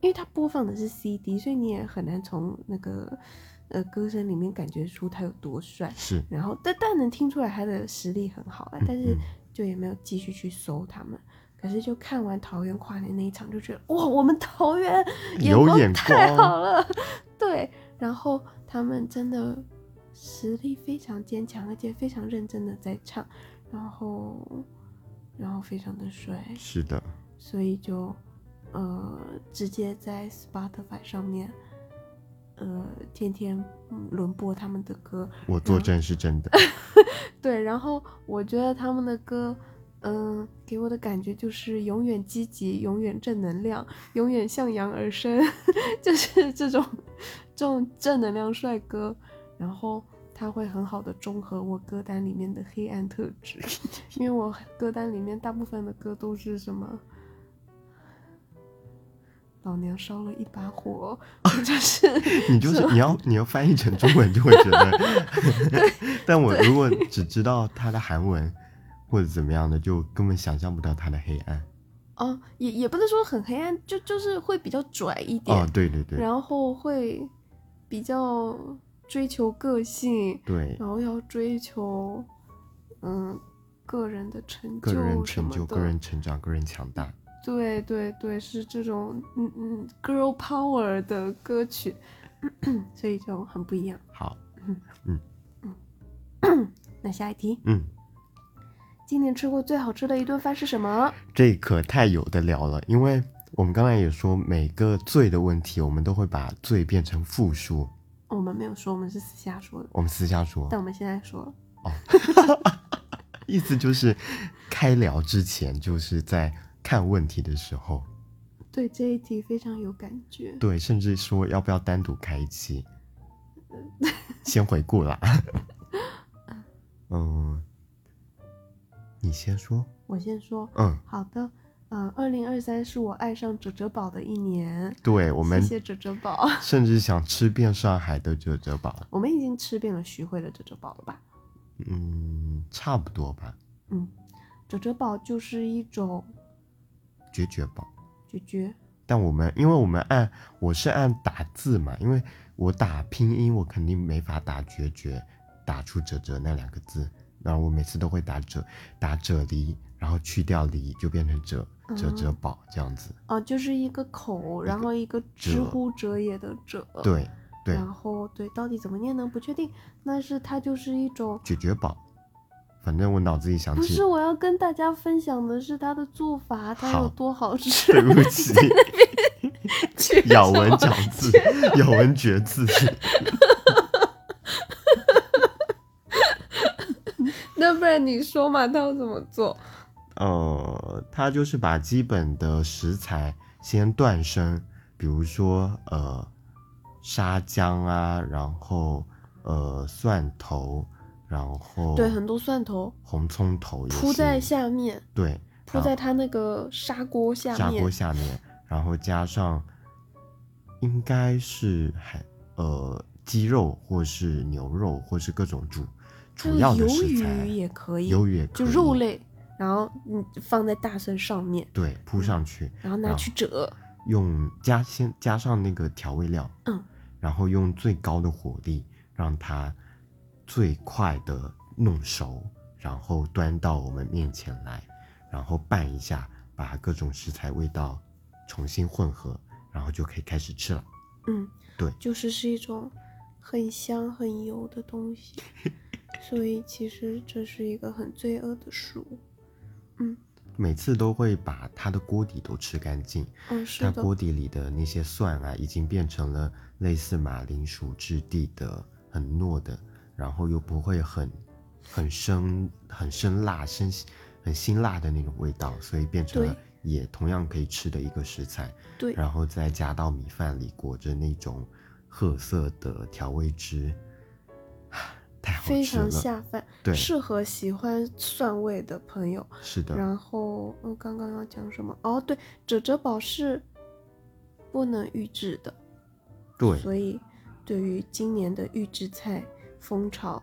Speaker 2: 因为它播放的是 CD，所以你也很难从那个呃歌声里面感觉出他有多帅。
Speaker 1: 是，
Speaker 2: 然后但但能听出来他的实力很好啦，啊但是
Speaker 1: 嗯
Speaker 2: 就也没有继续去搜他们。可是就看完桃园跨年那一场，就觉得哇，我们桃园眼
Speaker 1: 有眼
Speaker 2: 太好
Speaker 1: 光，
Speaker 2: 了，对。然后他们真的实力非常坚强，而且非常认真的在唱，然后然后非常的帅，
Speaker 1: 是的，
Speaker 2: 所以就呃直接在 Spotify 上面呃天天嗯轮播他们的歌，
Speaker 1: 我作证是真的，
Speaker 2: 嗯对，然后我觉得他们的歌，嗯、给我的感觉就是永远积极，永远正能量，永远向阳而生， [LAUGHS] 就是这种这种正能量帅哥。然后他会很好的中和我歌单里面的黑暗特质， [LAUGHS] 因为我歌单里面大部分的歌都是什么。老娘烧了一把火，就是
Speaker 1: [LAUGHS] [LAUGHS] 你就是你要你要翻译成中文就会觉
Speaker 2: [LAUGHS]
Speaker 1: 得， [LAUGHS] 但我如果只知道他的韩文或者怎么样的，就根本想象不到他的黑暗。
Speaker 2: 哦，也也不能说很黑暗，就就是会比较拽一点。
Speaker 1: 哦，对对对
Speaker 2: 然后会比较追求个性，
Speaker 1: 对，
Speaker 2: 然后要追求嗯个人的成
Speaker 1: 个人
Speaker 2: 就什
Speaker 1: 成
Speaker 2: 么
Speaker 1: 就、
Speaker 2: 的，
Speaker 1: 个人成长、个人强大，
Speaker 2: 对对对，是这种嗯嗯 girl power 的歌曲，所以就很不一样。
Speaker 1: 好，
Speaker 2: 那下一题，
Speaker 1: 嗯，
Speaker 2: 今年吃过最好吃的一顿饭是什么？
Speaker 1: 这可太有的聊了，因为我们刚才也说，每个罪的问题，我们都会把罪变成复数。
Speaker 2: 我们没有说，我们是私下说的，
Speaker 1: 我们私下说，
Speaker 2: 但我们现在说了，
Speaker 1: 意思就是开聊之前，就是在看问题的时候，
Speaker 2: 对这一题非常有感觉。
Speaker 1: 对，甚至说要不要单独开一
Speaker 2: [LAUGHS]
Speaker 1: 期，先回顾啦。 [LAUGHS] 嗯，你先说。
Speaker 2: 我先说，
Speaker 1: 嗯，
Speaker 2: 好的，嗯、呃，二零二三是我爱上哲哲宝的一年。
Speaker 1: 对，我们
Speaker 2: 谢谢哲哲宝， [LAUGHS]
Speaker 1: 甚至想吃遍上海的折折宝。
Speaker 2: 我们已经吃遍了徐汇的哲哲宝了吧？
Speaker 1: 嗯，差不多吧，
Speaker 2: 嗯，哲哲宝就是一种
Speaker 1: 绝绝宝。
Speaker 2: 绝绝，
Speaker 1: 但我们因为我们按我是按打字嘛，因为我打拼音我肯定没法打决绝，打出哲哲那两个字，然后我每次都会打哲打哲离，然后去掉离就变成哲
Speaker 2: 嗯
Speaker 1: 哲哲宝这样子。
Speaker 2: 哦、就是一个口，然后一个知乎者也的者，，
Speaker 1: 对对，
Speaker 2: 然后对，到底怎么念呢？不确定，但是它就是一种。
Speaker 1: 决绝宝，反正我脑子里想
Speaker 2: 不
Speaker 1: 起
Speaker 2: 是，，我要跟大家分享的是它的做法，它
Speaker 1: 好
Speaker 2: 有多好吃。
Speaker 1: 对不
Speaker 2: [LAUGHS]
Speaker 1: 起，
Speaker 2: 去
Speaker 1: 咬
Speaker 2: 什
Speaker 1: 文
Speaker 2: 么
Speaker 1: 嚼字，咬文嚼字，
Speaker 2: 那不然你说嘛，它要怎么做？
Speaker 1: 呃，它就是把基本的食材先断生，比如说呃沙姜啊，然后呃蒜头，然后
Speaker 2: 对，很多蒜头
Speaker 1: 红葱头也
Speaker 2: 铺
Speaker 1: 是
Speaker 2: 在下面，
Speaker 1: 对
Speaker 2: 铺在它那个砂锅下
Speaker 1: 砂
Speaker 2: 面
Speaker 1: 锅。下面，然后加上应该是海呃鸡肉或是牛肉或是各种主
Speaker 2: 就
Speaker 1: 主
Speaker 2: 是
Speaker 1: 要的
Speaker 2: 鱿
Speaker 1: 食材，
Speaker 2: 鱼也可以，
Speaker 1: 鱿鱼也
Speaker 2: 就
Speaker 1: 可
Speaker 2: 肉
Speaker 1: 以
Speaker 2: 类，然后嗯放在大蒜上面，
Speaker 1: 对铺上去，
Speaker 2: 然后拿
Speaker 1: 然
Speaker 2: 去折，
Speaker 1: 用加先加上那个调味料，
Speaker 2: 嗯，
Speaker 1: 然后用最高的火力让它最快的弄熟，然后端到我们面前来，然后拌一下，把各种食材味道重新混合，然后就可以开始吃了。
Speaker 2: 嗯，
Speaker 1: 对
Speaker 2: 就是是一种很香很油的
Speaker 1: [LAUGHS]
Speaker 2: 东西，所以其实这是一个很罪恶的食物。
Speaker 1: 每次都会把它的锅底都吃干净，
Speaker 2: 嗯，是
Speaker 1: 它
Speaker 2: 的，
Speaker 1: 锅底里的那些蒜啊，已经变成了类似马铃薯质地的，很糯的，然后又不会很很生、很生辣、生很辛辣的那种味道，所以变成了
Speaker 2: 对
Speaker 1: 也同样可以吃的一个食材。
Speaker 2: 对，
Speaker 1: 然后再加到米饭里，裹着那种褐色的调味汁， [SIGHS] 太好
Speaker 2: 非
Speaker 1: 吃了
Speaker 2: 常。下饭，
Speaker 1: 对
Speaker 2: 适合喜欢蒜味的朋友。
Speaker 1: 是的，
Speaker 2: 然后我刚刚要讲什么？哦，对，褶褶宝是不能预制的，
Speaker 1: 对，
Speaker 2: 所以对于今年的预制菜风潮，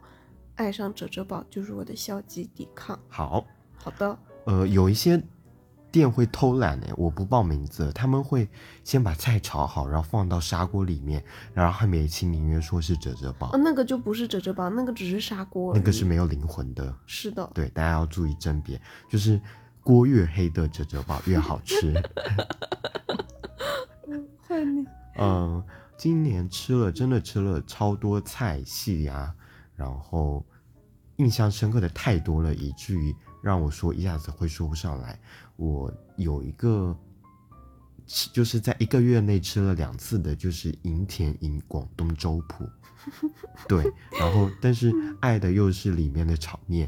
Speaker 2: 爱上褶皱堡就是我的消极抵抗。
Speaker 1: 好，
Speaker 2: 好的，
Speaker 1: 呃，有一些店会偷懒哎，我不报名字，他们会先把菜炒好，然后放到砂锅里面，然后他美其名曰说是褶褶包
Speaker 2: 哦，，那个就不是褶皱堡，那个只是砂锅而已。
Speaker 1: 那个是没有灵魂的。
Speaker 2: 是的，
Speaker 1: 对，大家要注意甄别，就是锅越黑的褶褶包越好吃。
Speaker 2: 换你。
Speaker 1: 嗯，今年吃了真的吃了超多菜系呀、然后印象深刻的太多了，以至于让我说一下子会说不上来。我有一个吃，就是在一个月内吃了两次的，就是银田银广东粥铺，对，然后但是爱的又是里面的炒面，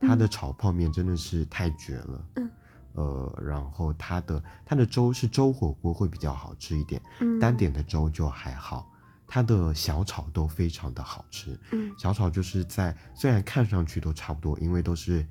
Speaker 1: 它的炒泡面真的是太绝了，
Speaker 2: 嗯，
Speaker 1: 呃，然后它的它的粥是粥火锅会比较好吃一点。
Speaker 2: 嗯，
Speaker 1: 单点的粥就还好，它的小炒都非常的好吃。
Speaker 2: 嗯
Speaker 1: 小炒就是在虽然看上去都差不多，因为都是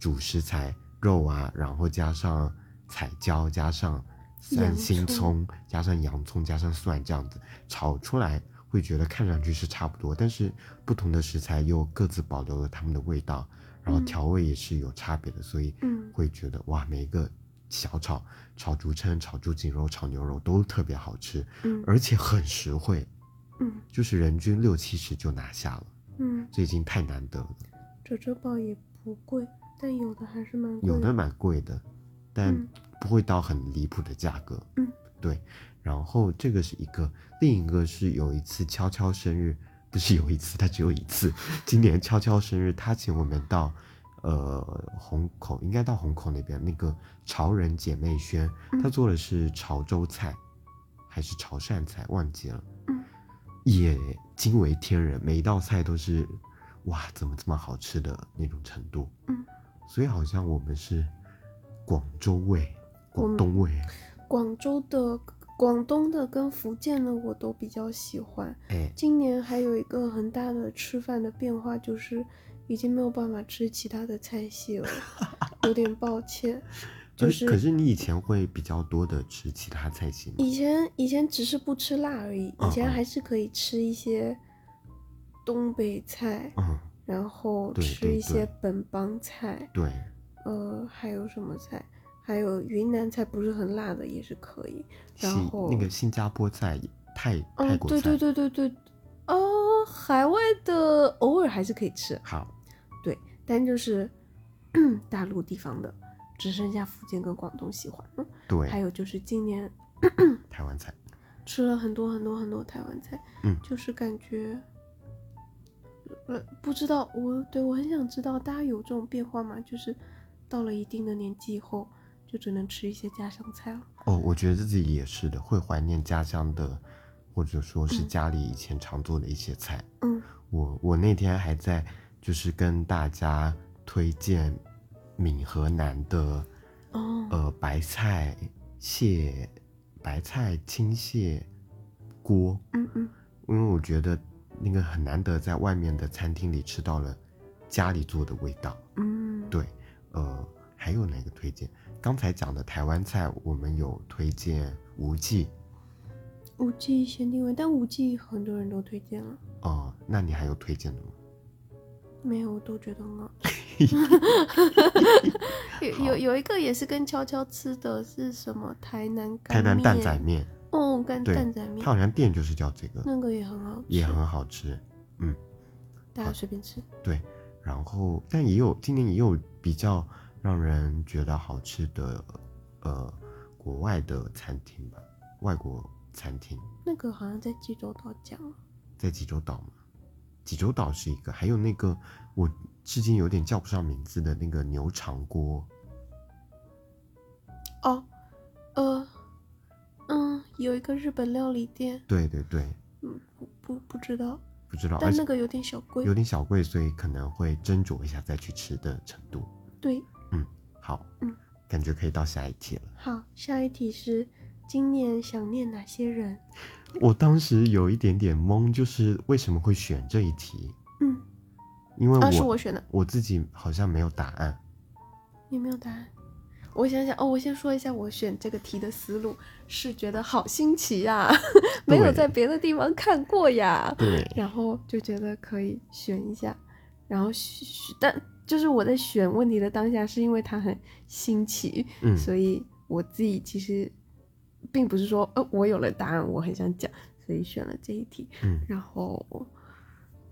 Speaker 1: 主食材肉啊，然后加上彩椒，加上三
Speaker 2: 洋
Speaker 1: 星
Speaker 2: 葱
Speaker 1: 葱，加上洋葱，加上蒜这样子炒出来，会觉得看上去是差不多，但是不同的食材又各自保留了它们的味道，然后
Speaker 2: 嗯
Speaker 1: 调味也是有差别的，所以
Speaker 2: 嗯
Speaker 1: 会觉得哇，每一个小炒、炒竹蛏、炒猪颈肉、炒牛肉都特别好吃，
Speaker 2: 嗯
Speaker 1: 而且很实惠，
Speaker 2: 嗯
Speaker 1: 就是人均六七十就拿下了，
Speaker 2: 嗯，
Speaker 1: 这已经太难得了。
Speaker 2: 褶皱堡也不贵，但有的还是蛮贵。
Speaker 1: 有的，蛮贵的，但
Speaker 2: 嗯
Speaker 1: 不会到很离谱的价格。
Speaker 2: 嗯，
Speaker 1: 对。然后这个是一个，另一个是有一次悄悄生日，不是有一次，他只有一次。今年悄悄生日，他请我们到呃虹口，应该到虹口那边那个潮人姐妹轩，他
Speaker 2: 嗯
Speaker 1: 做的是潮州菜还是潮汕菜，忘记了。
Speaker 2: 嗯
Speaker 1: 也惊为天人，每一道菜都是哇，怎么这么好吃的那种程度。
Speaker 2: 嗯，
Speaker 1: 所以好像我们是广州味、
Speaker 2: 我
Speaker 1: 广
Speaker 2: 们
Speaker 1: 东味，
Speaker 2: 广州的、广东的跟福建的我都比较喜欢。
Speaker 1: 哎，
Speaker 2: 今年还有一个很大的吃饭的变化，就是已经没有办法吃其他的菜系了，有点抱歉。就
Speaker 1: 而
Speaker 2: 是
Speaker 1: 可是你以前会比较多的吃其他菜系吗？
Speaker 2: 以前以前只是不吃辣而已，以
Speaker 1: 嗯
Speaker 2: 前
Speaker 1: 嗯
Speaker 2: 还是可以吃一些东北菜，
Speaker 1: 嗯，
Speaker 2: 然后
Speaker 1: 对
Speaker 2: 吃
Speaker 1: 对
Speaker 2: 一些
Speaker 1: 对
Speaker 2: 本帮菜，
Speaker 1: 对，
Speaker 2: 呃，还有什么菜？还有云南菜不是很辣的也是可以。然
Speaker 1: 新
Speaker 2: 后
Speaker 1: 那个新加坡菜、泰泰
Speaker 2: 嗯，
Speaker 1: 国菜，
Speaker 2: 对对对对对，呃，海外的偶尔还是可以吃，
Speaker 1: 好，
Speaker 2: 对，但就是 [CLEARS THROAT] 大陆地方的只剩下福建跟广东喜欢了。
Speaker 1: 对，
Speaker 2: 还有就是今年
Speaker 1: 台湾菜，
Speaker 2: 吃了很多很多很多台湾菜，
Speaker 1: 嗯
Speaker 2: 就是感觉，呃，不知道我对我很想知道大家有这种变化吗？就是到了一定的年纪以后，就只能吃一些家乡菜了。
Speaker 1: 哦，我觉得自己也是的，会怀念家乡的，或者说是
Speaker 2: 嗯
Speaker 1: 家里以前常做的一些菜。
Speaker 2: 嗯
Speaker 1: 我我那天还在就是跟大家推荐闽河南的
Speaker 2: 哦，
Speaker 1: 呃白菜蟹白菜青蟹锅，
Speaker 2: 嗯嗯
Speaker 1: 因为我觉得那个很难得在外面的餐厅里吃到了家里做的味道。
Speaker 2: 嗯，
Speaker 1: 对，呃，还有哪个推荐？刚才讲的台湾菜，我们有推荐无忌，
Speaker 2: 五 G 限定位，但五 G 很多人都推荐了，
Speaker 1: 哦、那你还有推荐的吗？
Speaker 2: 没有我都觉得
Speaker 1: [LAUGHS]
Speaker 2: 很好吃。有有有一个也是跟悄悄吃的是什么台南干
Speaker 1: 台南蛋仔面，
Speaker 2: 面哦，干
Speaker 1: 对
Speaker 2: 蛋仔面
Speaker 1: 它好像店就是叫这个，
Speaker 2: 那个也很好吃，
Speaker 1: 也很好吃。
Speaker 2: 大家随便吃。
Speaker 1: 对，然后但也有今年也有比较让人觉得好吃的，呃，国外的餐厅吧，外国餐厅
Speaker 2: 那个好像在济州岛讲啊了，
Speaker 1: 在济州岛嘛，济州岛是一个，还有那个我至今有点叫不上名字的那个牛肠锅，
Speaker 2: 哦，呃，嗯，有一个日本料理店，
Speaker 1: 对对对，
Speaker 2: 嗯，不不不知道，
Speaker 1: 不知道，而
Speaker 2: 但那
Speaker 1: 且
Speaker 2: 个有点小贵
Speaker 1: 有。点小贵，所以可能会斟酌一下再去吃的程度。
Speaker 2: 对，
Speaker 1: 好，
Speaker 2: 嗯，
Speaker 1: 感觉可以到下一题了。
Speaker 2: 好，下一题是今年想念哪些人？
Speaker 1: 我当时有一点点懵，就是为什么会选这一题？
Speaker 2: 嗯，啊
Speaker 1: 因为我、
Speaker 2: 啊，是我选的，
Speaker 1: 我自己好像没有答案。
Speaker 2: 你没有答案。我想想哦，我先说一下我选这个题的思路，是觉得好新奇呀、 [LAUGHS] 没有
Speaker 1: 对
Speaker 2: 在别的地方看过呀，
Speaker 1: 对，
Speaker 2: 然后就觉得可以选一下，然后选但就是我在选问题的当下，是因为它很新奇，
Speaker 1: 嗯
Speaker 2: 所以我自己其实并不是说呃我有了答案，我很想讲，所以选了这一题。
Speaker 1: 嗯
Speaker 2: 然后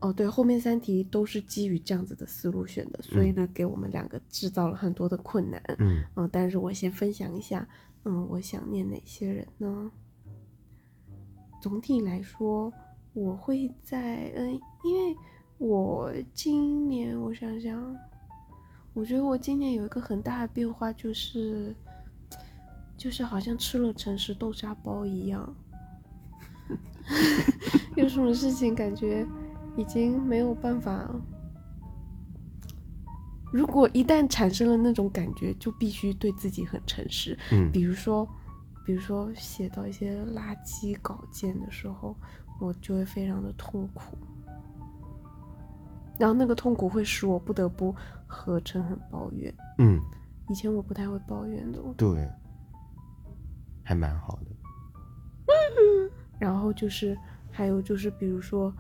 Speaker 2: 哦对，后面三题都是基于这样子的思路选的，所以呢给我们两个制造了很多的困难。
Speaker 1: 嗯
Speaker 2: 嗯，但是我先分享一下，嗯，我想念哪些人呢？总体来说，我会在嗯，因为我今年我想想，我觉得我今年有一个很大的变化，就是就是好像吃了诚实豆沙包一样， [LAUGHS] 有什么事情感觉已经没有办法如果一旦产生了那种感觉，就必须对自己很诚实。
Speaker 1: 嗯
Speaker 2: 比如说，比如说写到一些垃圾稿件的时候，我就会非常的痛苦，然后那个痛苦会使我不得不合成很抱怨。
Speaker 1: 嗯，
Speaker 2: 以前我不太会抱怨的，
Speaker 1: 对，还蛮好的。
Speaker 2: 然后就是还有就是，比如说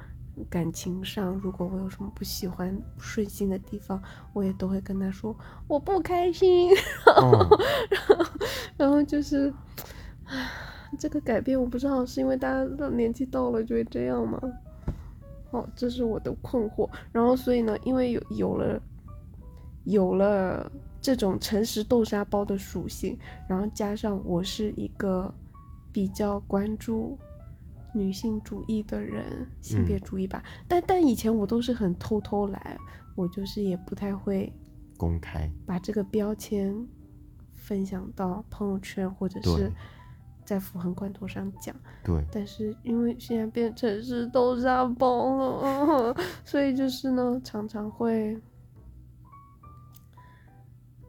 Speaker 2: 感情上，如果我有什么不喜欢、不顺心的地方，我也都会跟他说我不开心。 [LAUGHS]
Speaker 1: 哦，
Speaker 2: 然后就是，唉这个改变我不知道是因为大家的年纪到了就会这样吗？哦，这是我的困惑。然后所以呢，因为有有了有了这种诚实豆沙包的属性，然后加上我是一个比较关注。女性主义的人，性别
Speaker 1: 嗯
Speaker 2: 主义吧，但但以前我都是很偷偷来，我就是也不太会
Speaker 1: 公开，
Speaker 2: 把这个标签分享到朋友圈，或者是
Speaker 1: 对
Speaker 2: 在符横罐头上讲。
Speaker 1: 对，
Speaker 2: 但是因为现在变成是豆沙包了， [LAUGHS] 所以就是呢，常常会，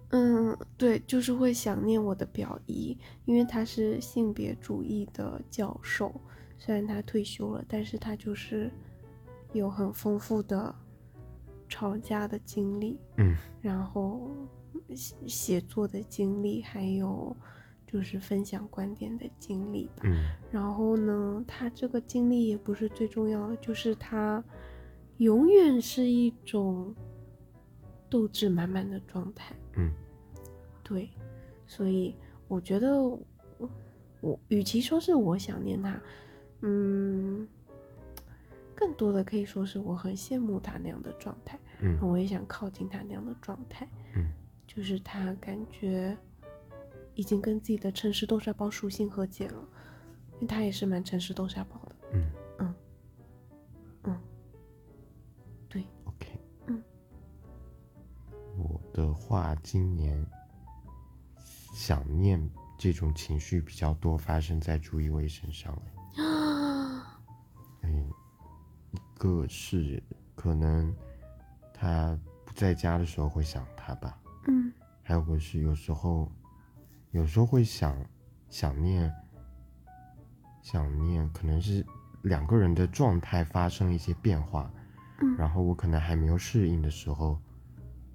Speaker 2: 嗯，对，就是会想念我的表姨，因为她是性别主义的教授，虽然她退休了，但是她就是有很丰富的吵架的经历，
Speaker 1: 嗯，
Speaker 2: 然后写写作的经历，还有就是分享观点的经历吧。
Speaker 1: 嗯
Speaker 2: 然后呢，他这个经历也不是最重要的，就是他永远是一种斗志满满的状态。
Speaker 1: 嗯，
Speaker 2: 对，所以我觉得我，我与其说是我想念他，嗯，更多的可以说是我很羡慕他那样的状态。
Speaker 1: 嗯
Speaker 2: 我也想靠近他那样的状态。
Speaker 1: 嗯，
Speaker 2: 就是他感觉已经跟自己的城市豆沙包属性和解了，因为他也是蛮城市豆沙包的。
Speaker 1: 嗯
Speaker 2: 嗯嗯，对，
Speaker 1: ，OK。
Speaker 2: 嗯，
Speaker 1: 我的话，今年想念这种情绪比较多，发生在朱一威身上。
Speaker 2: 啊
Speaker 1: 嗯，一个是可能他不在家的时候会想他吧，
Speaker 2: 嗯
Speaker 1: 还有个是有时候，有时候会想想念，想念可能是两个人的状态发生了一些变化，
Speaker 2: 嗯
Speaker 1: 然后我可能还没有适应的时候，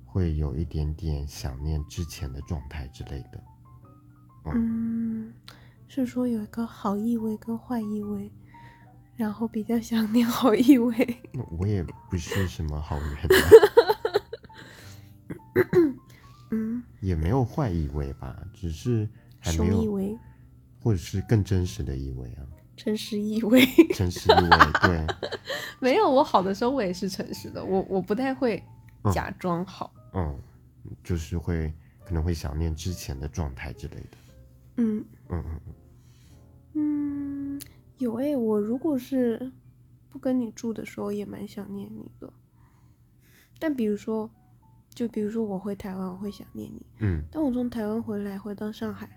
Speaker 1: 会有一点点想念之前的状态之类的。
Speaker 2: 嗯，是说有一个好意味跟坏意味，然后比较想念好意味。
Speaker 1: 那我也不是什么好人啊， [LAUGHS]
Speaker 2: 嗯，
Speaker 1: 也没有坏意味吧，只是还没
Speaker 2: 熊意
Speaker 1: 有，
Speaker 2: 味，
Speaker 1: 或者是更真实的意味啊，
Speaker 2: 诚实意味。
Speaker 1: 真实意味，对，
Speaker 2: [LAUGHS] 没有，我好的时候我也是诚实的，我我不太会
Speaker 1: 嗯
Speaker 2: 假装好。
Speaker 1: 嗯，就是会可能会想念之前的状态之类的。
Speaker 2: 嗯
Speaker 1: 嗯嗯嗯，
Speaker 2: 嗯，有诶、我如果是不跟你住的时候，也蛮想念你的。但比如说，就比如说我回台湾，我会想念你；
Speaker 1: 嗯
Speaker 2: 但我从台湾回来，回到上海，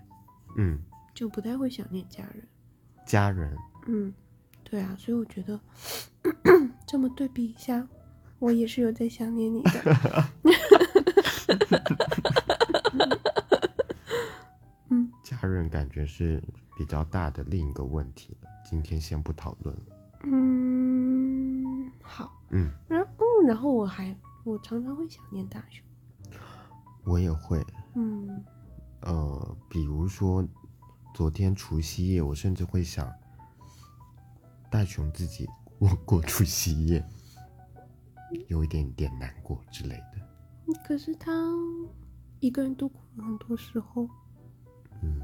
Speaker 1: 嗯，
Speaker 2: 就不太会想念家人。
Speaker 1: 家人，
Speaker 2: 嗯，对啊，所以我觉得 [COUGHS] 这么对比一下，我也是有在想念你的。
Speaker 1: 家人感觉是比较大的另一个问题了，今天先不讨论了。
Speaker 2: 嗯，好。
Speaker 1: 嗯，
Speaker 2: 然后，然后我还我常常会想念大学。
Speaker 1: 我也会，
Speaker 2: 嗯
Speaker 1: 嗯、比如说昨天除夕夜，我甚至会想大雄自己 [LAUGHS] 我过除夕夜，有一点点难过之类的。
Speaker 2: 嗯可是他一个人度过了很多时候，
Speaker 1: 嗯，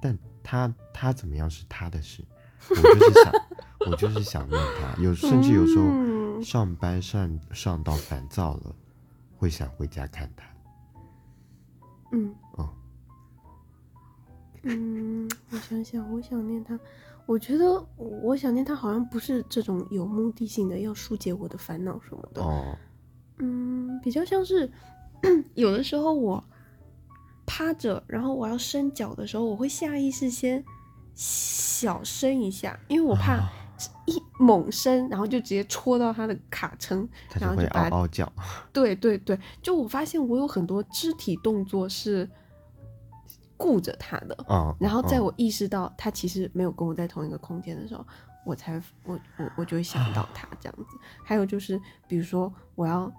Speaker 1: 但他他怎么样是他的事，我就是想，我就是想问
Speaker 2: [LAUGHS]
Speaker 1: 他，有甚至有时候
Speaker 2: 嗯
Speaker 1: 上班上上到烦躁了，会想回家看他。
Speaker 2: 嗯
Speaker 1: 哦，
Speaker 2: 嗯，我想想，我想念他，我觉得我我想念他好像不是这种有目的性的要疏解我的烦恼什么的，
Speaker 1: 哦，
Speaker 2: 嗯，比较像是 [CLEARS THROAT] 有的时候我趴着，然后我要伸脚的时候，我会下意识先小伸一下，因为我怕
Speaker 1: 啊
Speaker 2: 一猛伸，然后就直接戳到他的卡层，
Speaker 1: 他就
Speaker 2: 然后
Speaker 1: 会
Speaker 2: 就把
Speaker 1: 嗷嗷叫。
Speaker 2: 对对对，就我发现我有很多肢体动作是顾着他的，
Speaker 1: 嗯，
Speaker 2: 然后在
Speaker 1: 嗯
Speaker 2: 我意识到他其实没有跟我在同一个空间的时候，我才我我我就会想到他这样子。还有就是，比如说我要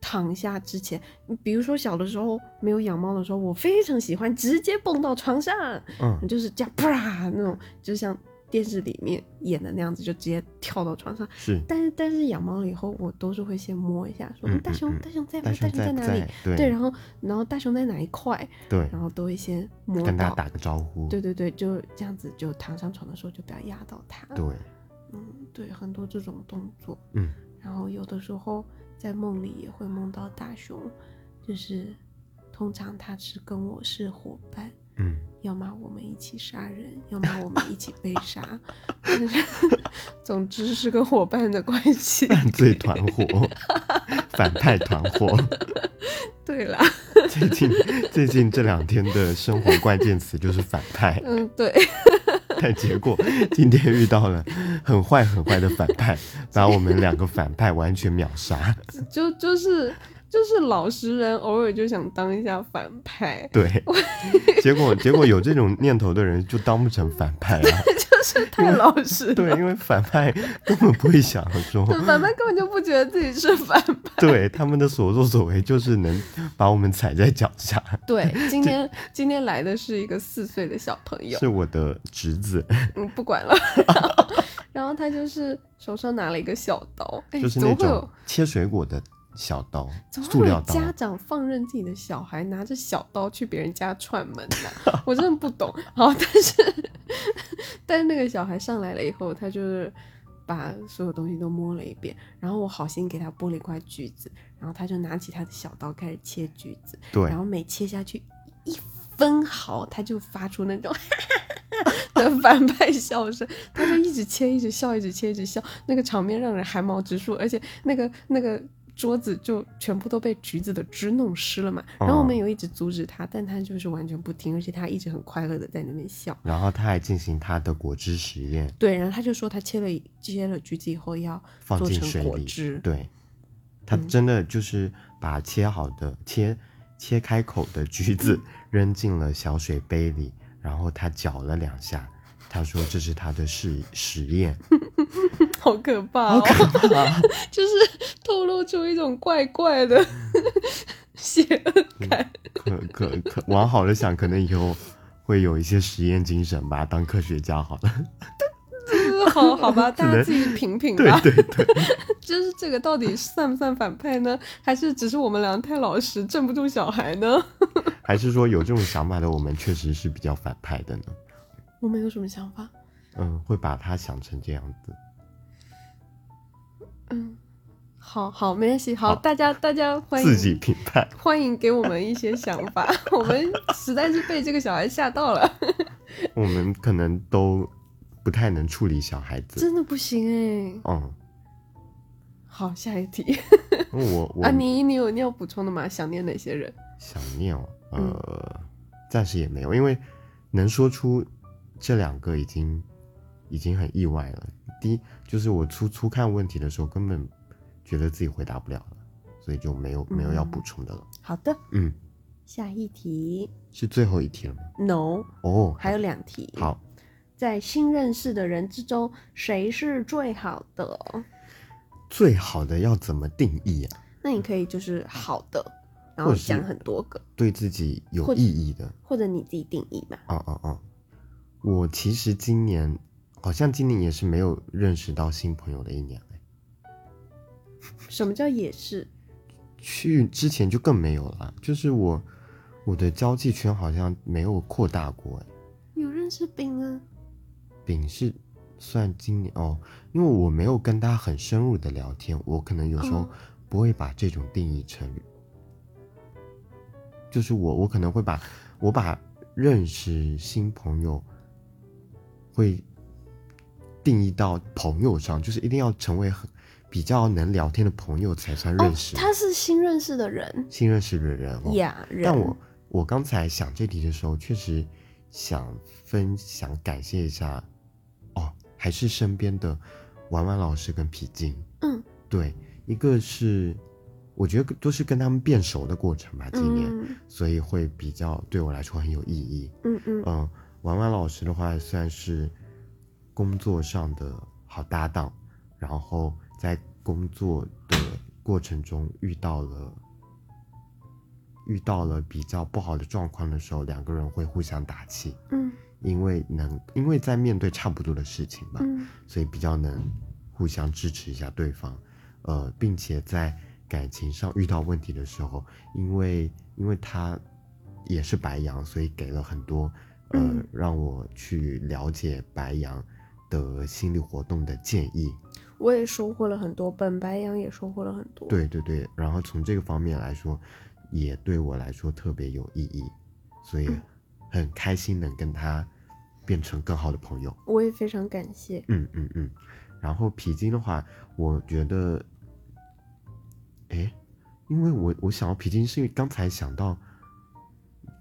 Speaker 2: 躺下之前，比如说小的时候没有养猫的时候，我非常喜欢直接蹦到床上，
Speaker 1: 嗯
Speaker 2: 就是这样啪那种，就像电视里面演的那样子，就直接跳到床上。
Speaker 1: 是，
Speaker 2: 但是但是养猫了以后，我都是会先摸一下，说、
Speaker 1: 嗯
Speaker 2: 嗯、大熊
Speaker 1: 嗯嗯
Speaker 2: 大熊在吗？
Speaker 1: 大
Speaker 2: 大
Speaker 1: 雄
Speaker 2: 熊
Speaker 1: 在
Speaker 2: 在
Speaker 1: 不
Speaker 2: 哪里
Speaker 1: 在？？对
Speaker 2: 对，然后然后大熊在哪一块？
Speaker 1: 对
Speaker 2: 然后都会先摸
Speaker 1: 跟他
Speaker 2: 到。
Speaker 1: 打个招呼。
Speaker 2: 对对对，就这样子，就躺上床的时候就不要压到它。
Speaker 1: 对，
Speaker 2: 嗯，对，很多这种动作。
Speaker 1: 嗯，
Speaker 2: 然后有的时候在梦里也会梦到大熊，就是通常它是跟我是伙伴， [LAUGHS]
Speaker 1: 嗯，
Speaker 2: 要么我们一起杀人，要么我们一起被杀， [LAUGHS] 但是总之是个伙伴的关
Speaker 1: [LAUGHS]
Speaker 2: 系。
Speaker 1: 犯罪团
Speaker 2: [LAUGHS]
Speaker 1: 伙，反派团伙。
Speaker 2: 对啦，
Speaker 1: [LAUGHS] 最近最近这两天的生活关键词就是反派，
Speaker 2: 嗯，对， [LAUGHS]
Speaker 1: 但结果今天遇到了很坏很坏的反派，把我们两个反派完全秒杀。
Speaker 2: 就就是就是老实人偶尔就想当一下反派，
Speaker 1: 对，结果结果有这种念头的人就当不成反派
Speaker 2: [LAUGHS]
Speaker 1: 了。
Speaker 2: [LAUGHS] 就是太老实了。
Speaker 1: 对，因为反派根本不会想说，
Speaker 2: 反派根本就不觉得自己是反派。
Speaker 1: 对他们的所作所为就是能把我们踩在脚下。
Speaker 2: [LAUGHS] 对，今天今天来的是一个四岁的小朋友，
Speaker 1: 是我的侄子，
Speaker 2: 嗯，不管了。 [LAUGHS] 然后他就是手上拿了一个小 [LAUGHS] 刀，哎，
Speaker 1: 就是
Speaker 2: 怎
Speaker 1: 那
Speaker 2: 么会
Speaker 1: 种
Speaker 2: 有
Speaker 1: 切水果的小刀，
Speaker 2: 怎么
Speaker 1: 塑
Speaker 2: 会
Speaker 1: 料
Speaker 2: 有
Speaker 1: 刀。
Speaker 2: 家长放任自己的小孩拿着小刀去别人家串门呢、 [LAUGHS] 我真的不懂。好，但是但是那个小孩上来了以后，他就是把所有东西都摸了一遍，然后我好心给他剥了一块橘子，然后他就拿起他的小刀开始切橘子，
Speaker 1: 对
Speaker 2: 然，后每切下去一分毫，他就发出那种 [LAUGHS] 的反派笑声，他就一直切，一直笑，一直切，一直笑，那个场面让人汗毛直竖，而且那个那个。桌子就全部都被橘子的汁弄湿了嘛，然后我们
Speaker 1: 哦
Speaker 2: 有一直阻止他，但他就是完全不听，而且他一直很快乐的在那边笑。
Speaker 1: 然后他还进行他的果汁实验，
Speaker 2: 对，然后他就说他切了切了橘子以后要
Speaker 1: 放
Speaker 2: 做
Speaker 1: 进
Speaker 2: 成
Speaker 1: 水
Speaker 2: 果
Speaker 1: 里
Speaker 2: 汁，，
Speaker 1: 对，他真的就是把切好的切切开口的橘子扔进了小水杯里，然后他搅了两下，他说这是他的试实验，
Speaker 2: 好可怕、哦，就是透露出一种怪怪的 [LAUGHS] 邪恶
Speaker 1: 嗯
Speaker 2: 感。
Speaker 1: 可可可往好了想，可能以后会有一些实验精神吧，当科学家好了。
Speaker 2: [LAUGHS] 好好
Speaker 1: [LAUGHS]
Speaker 2: 吧，大家
Speaker 1: 能
Speaker 2: 自己评评
Speaker 1: 对
Speaker 2: 吧。
Speaker 1: 对对，
Speaker 2: 就是这个到底算不算反派呢？还是只是我们俩太老实，镇不住小孩呢？
Speaker 1: 还是说有这种想法的我们确实是比较反派的呢？
Speaker 2: 我们有什么想法？
Speaker 1: 嗯，会把他想成这样子。
Speaker 2: 嗯，好好，没关系。好，
Speaker 1: 好
Speaker 2: 大家大家欢迎
Speaker 1: 自己评判。
Speaker 2: 欢迎给我们一些想法。 [LAUGHS] 我们实在是被这个小孩吓到了，
Speaker 1: 我们可能都不太能处理小孩子。
Speaker 2: 真的不行哎、
Speaker 1: 嗯，
Speaker 2: 好，下一题
Speaker 1: 我我
Speaker 2: 啊，你你有你有补充的吗？想念哪些人？
Speaker 1: 想念哦，呃，
Speaker 2: 嗯
Speaker 1: 暂时也没有，因为能说出这两个已经已经很意外了。第一就是我初初看问题的时候，根本觉得自己回答不了了，所以就没
Speaker 2: 嗯
Speaker 1: 有没有要补充的了。
Speaker 2: 好的，
Speaker 1: 嗯，
Speaker 2: 下一题
Speaker 1: 是最后一题了吗？
Speaker 2: ，no，
Speaker 1: 哦，
Speaker 2: 还有两题。
Speaker 1: 好，
Speaker 2: 在新认识的人之中，谁是最好的？
Speaker 1: 最好的要怎么定义啊？
Speaker 2: 那你可以就是好的，然后
Speaker 1: 或者是
Speaker 2: 讲很多个，
Speaker 1: 对自己有
Speaker 2: 或
Speaker 1: 意义的。
Speaker 2: 或者你自己定义嘛。
Speaker 1: 啊啊啊！我其实今年好像今年也是没有认识到新朋友的一年哎，
Speaker 2: 什么叫也是？
Speaker 1: 去之前就更没有了。就是我我的交际圈好像没有扩大过哎。
Speaker 2: 有认识冰啊？
Speaker 1: 丙是算今年哦，因为我没有跟他很深入的聊天，我可能有时候
Speaker 2: 嗯
Speaker 1: 不会把这种定义成，就是我我可能会把我把认识新朋友会定义到朋友上，就是一定要成为很比较能聊天的朋友才算
Speaker 2: 哦
Speaker 1: 认，识、
Speaker 2: 他是新认识的人，
Speaker 1: 新认识的人哦。
Speaker 2: 雅人。
Speaker 1: 但我我刚才想这题的时候，确实想分享感谢一下，哦，还是身边的婉婉老师跟皮筋，
Speaker 2: 嗯
Speaker 1: 对，一个是我觉得都是跟他们变熟的过程吧，今年，
Speaker 2: 嗯
Speaker 1: 所以会比较对我来说很有意义。
Speaker 2: 嗯嗯
Speaker 1: 嗯，婉婉老师的话算是工作上的好搭档，然后在工作的过程中遇到了遇到了比较不好的状况的时候，两个人会互相打气，
Speaker 2: 嗯
Speaker 1: 因为能因为在面对差不多的事情吧，
Speaker 2: 嗯
Speaker 1: 所以比较能互相支持一下对方，呃，并且在感情上遇到问题的时候，因为因为他也是白羊，所以给了很多呃、
Speaker 2: 嗯
Speaker 1: 让我去了解白羊的心理活动的建议。
Speaker 2: 我也收获了很多，本白羊也收获了很多。，
Speaker 1: 对对对，然后从这个方面来说，也对我来说特别有意义，所以
Speaker 2: 嗯
Speaker 1: 很开心能跟他变成更好的朋友。
Speaker 2: 我也非常感谢。
Speaker 1: 嗯嗯嗯，然后皮筋的话，我觉得，诶，因为我我想要皮筋，是因为刚才想到，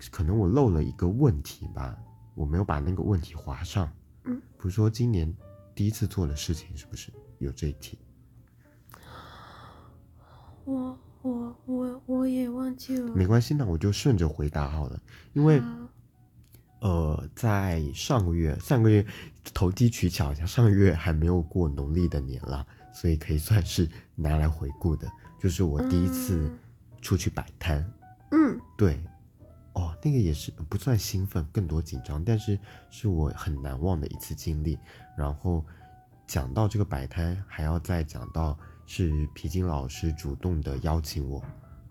Speaker 1: 可能我漏了一个问题吧，我没有把那个问题划上。
Speaker 2: 嗯，
Speaker 1: 不是说今年第一次做的事情是不是有这一题？
Speaker 2: 我我我我也忘记了。
Speaker 1: 没关系，那我就顺着回答好了，因为。
Speaker 2: 好
Speaker 1: 呃，在上个月，上个月投机取巧一下，上个月还没有过农历的年啦，所以可以算是拿来回顾的。就是我第一次
Speaker 2: 嗯
Speaker 1: 出去摆摊，
Speaker 2: 嗯
Speaker 1: 对，哦，那个也是不算兴奋，更多紧张，但是是我很难忘的一次经历。然后讲到这个摆摊，还要再讲到是皮筋老师主动的邀请我，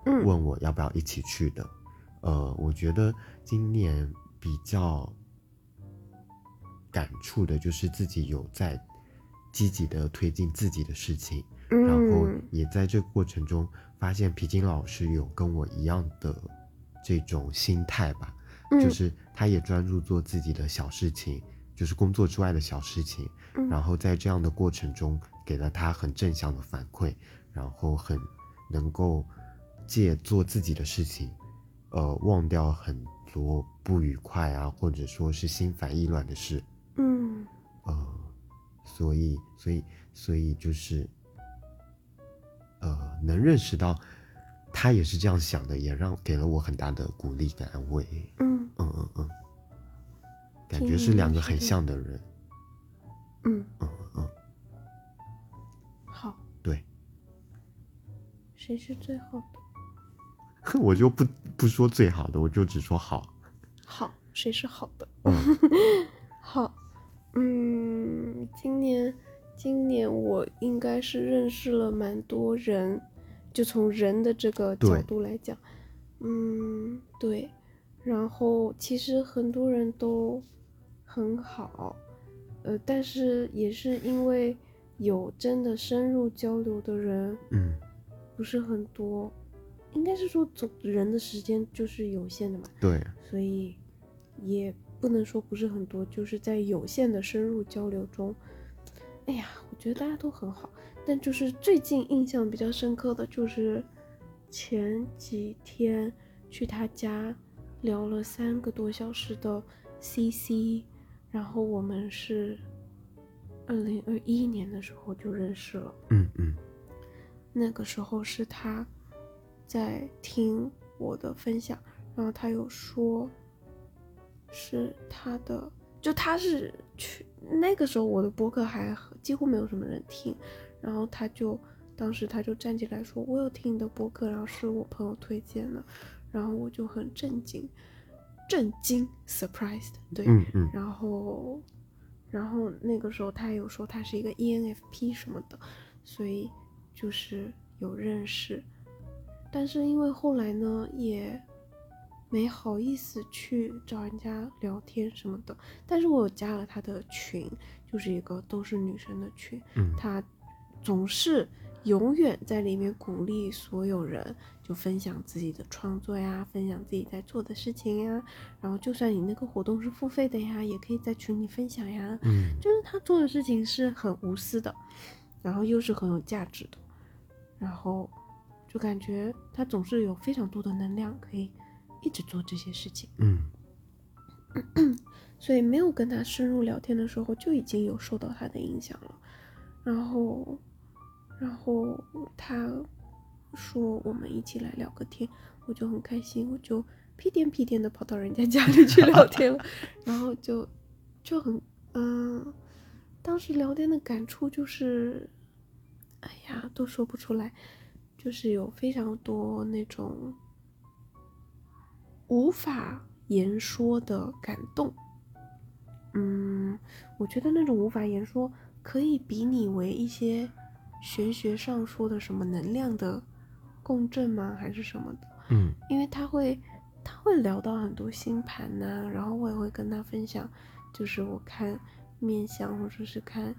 Speaker 2: 嗯
Speaker 1: 问我要不要一起去的。呃，我觉得今年比较感触的就是自己有在积极的推进自己的事情，
Speaker 2: 嗯，
Speaker 1: 然后也在这个过程中发现皮筋老师有跟我一样的这种心态吧，
Speaker 2: 嗯
Speaker 1: 就是他也专注做自己的小事情，就是工作之外的小事情，
Speaker 2: 嗯
Speaker 1: 然后在这样的过程中给了他很正向的反馈，然后很能够借做自己的事情，呃，忘掉很多不愉快啊，或者说是心烦意乱的事，
Speaker 2: 嗯
Speaker 1: 呃，所以，所以，所以就是，呃，能认识到他也是这样想的，也让给了我很大的鼓励跟安慰。
Speaker 2: 嗯
Speaker 1: 嗯嗯嗯，感
Speaker 2: 听
Speaker 1: 觉
Speaker 2: 你
Speaker 1: 是两个
Speaker 2: 说
Speaker 1: 很
Speaker 2: 的
Speaker 1: 像的人。
Speaker 2: 嗯
Speaker 1: 嗯嗯嗯，
Speaker 2: 好，
Speaker 1: 对，
Speaker 2: 谁是最后的？
Speaker 1: [LAUGHS] 我就不不说最好的，我就只说好。
Speaker 2: 好，谁是好的？
Speaker 1: 嗯
Speaker 2: [LAUGHS] 好，嗯，今年今年我应该是认识了蛮多人，就从人的这个角
Speaker 1: 对
Speaker 2: 度来讲，嗯，对。然后其实很多人都很好，呃，但是也是因为有真的深入交流的人
Speaker 1: 嗯，
Speaker 2: 不是很多，应该是说总人的时间就是有限的嘛，
Speaker 1: 对，
Speaker 2: 所以也不能说不是很多，就是在有限的深入交流中，哎呀，我觉得大家都很好，但就是最近印象比较深刻的就是前几天去他家聊了三个多小时的 CC，然后我们是二零二一年的时候就认识了。
Speaker 1: 嗯嗯
Speaker 2: 那个时候是他在听我的分享，然后他有说是他的，就他是去那个时候我的播客还几乎没有什么人听，然后他就当时他就站起来说：“我有听你的播客，然后是我朋友推荐的。”然后我就很震惊，震惊，surprised，对。
Speaker 1: 嗯嗯
Speaker 2: 然后，然后那个时候他也有说他是一个 E ENFP 什么的，所以就是有认识，但是因为后来呢也没好意思去找人家聊天什么的，但是我有加了他的群，就是一个都是女生的群，
Speaker 1: 嗯，
Speaker 2: 他总是永远在里面鼓励所有人，就分享自己的创作呀，分享自己在做的事情呀。然后，就算你那个活动是付费的呀，也可以在群里分享呀。
Speaker 1: 嗯
Speaker 2: 就是他做的事情是很无私的，然后又是很有价值的，然后就感觉他总是有非常多的能量，可以一直做这些事情。
Speaker 1: 嗯
Speaker 2: 所以没有跟他深入聊天的时候，就已经有受到他的影响了。然后，然后他说我们一起来聊个天，我就很开心，我就屁颠屁颠的跑到人家家里去聊天了，然后就就很嗯、当时聊天的感触就是，哎呀，都说不出来，就是有非常多那种无法言说的感动。嗯，我觉得那种无法言说，可以比拟为一些玄学上说的什么能量的共振吗？还是什么的？
Speaker 1: 嗯
Speaker 2: 因为他会他会聊到很多星盘呐、然后我也会跟他分享，就是我看面相或者是看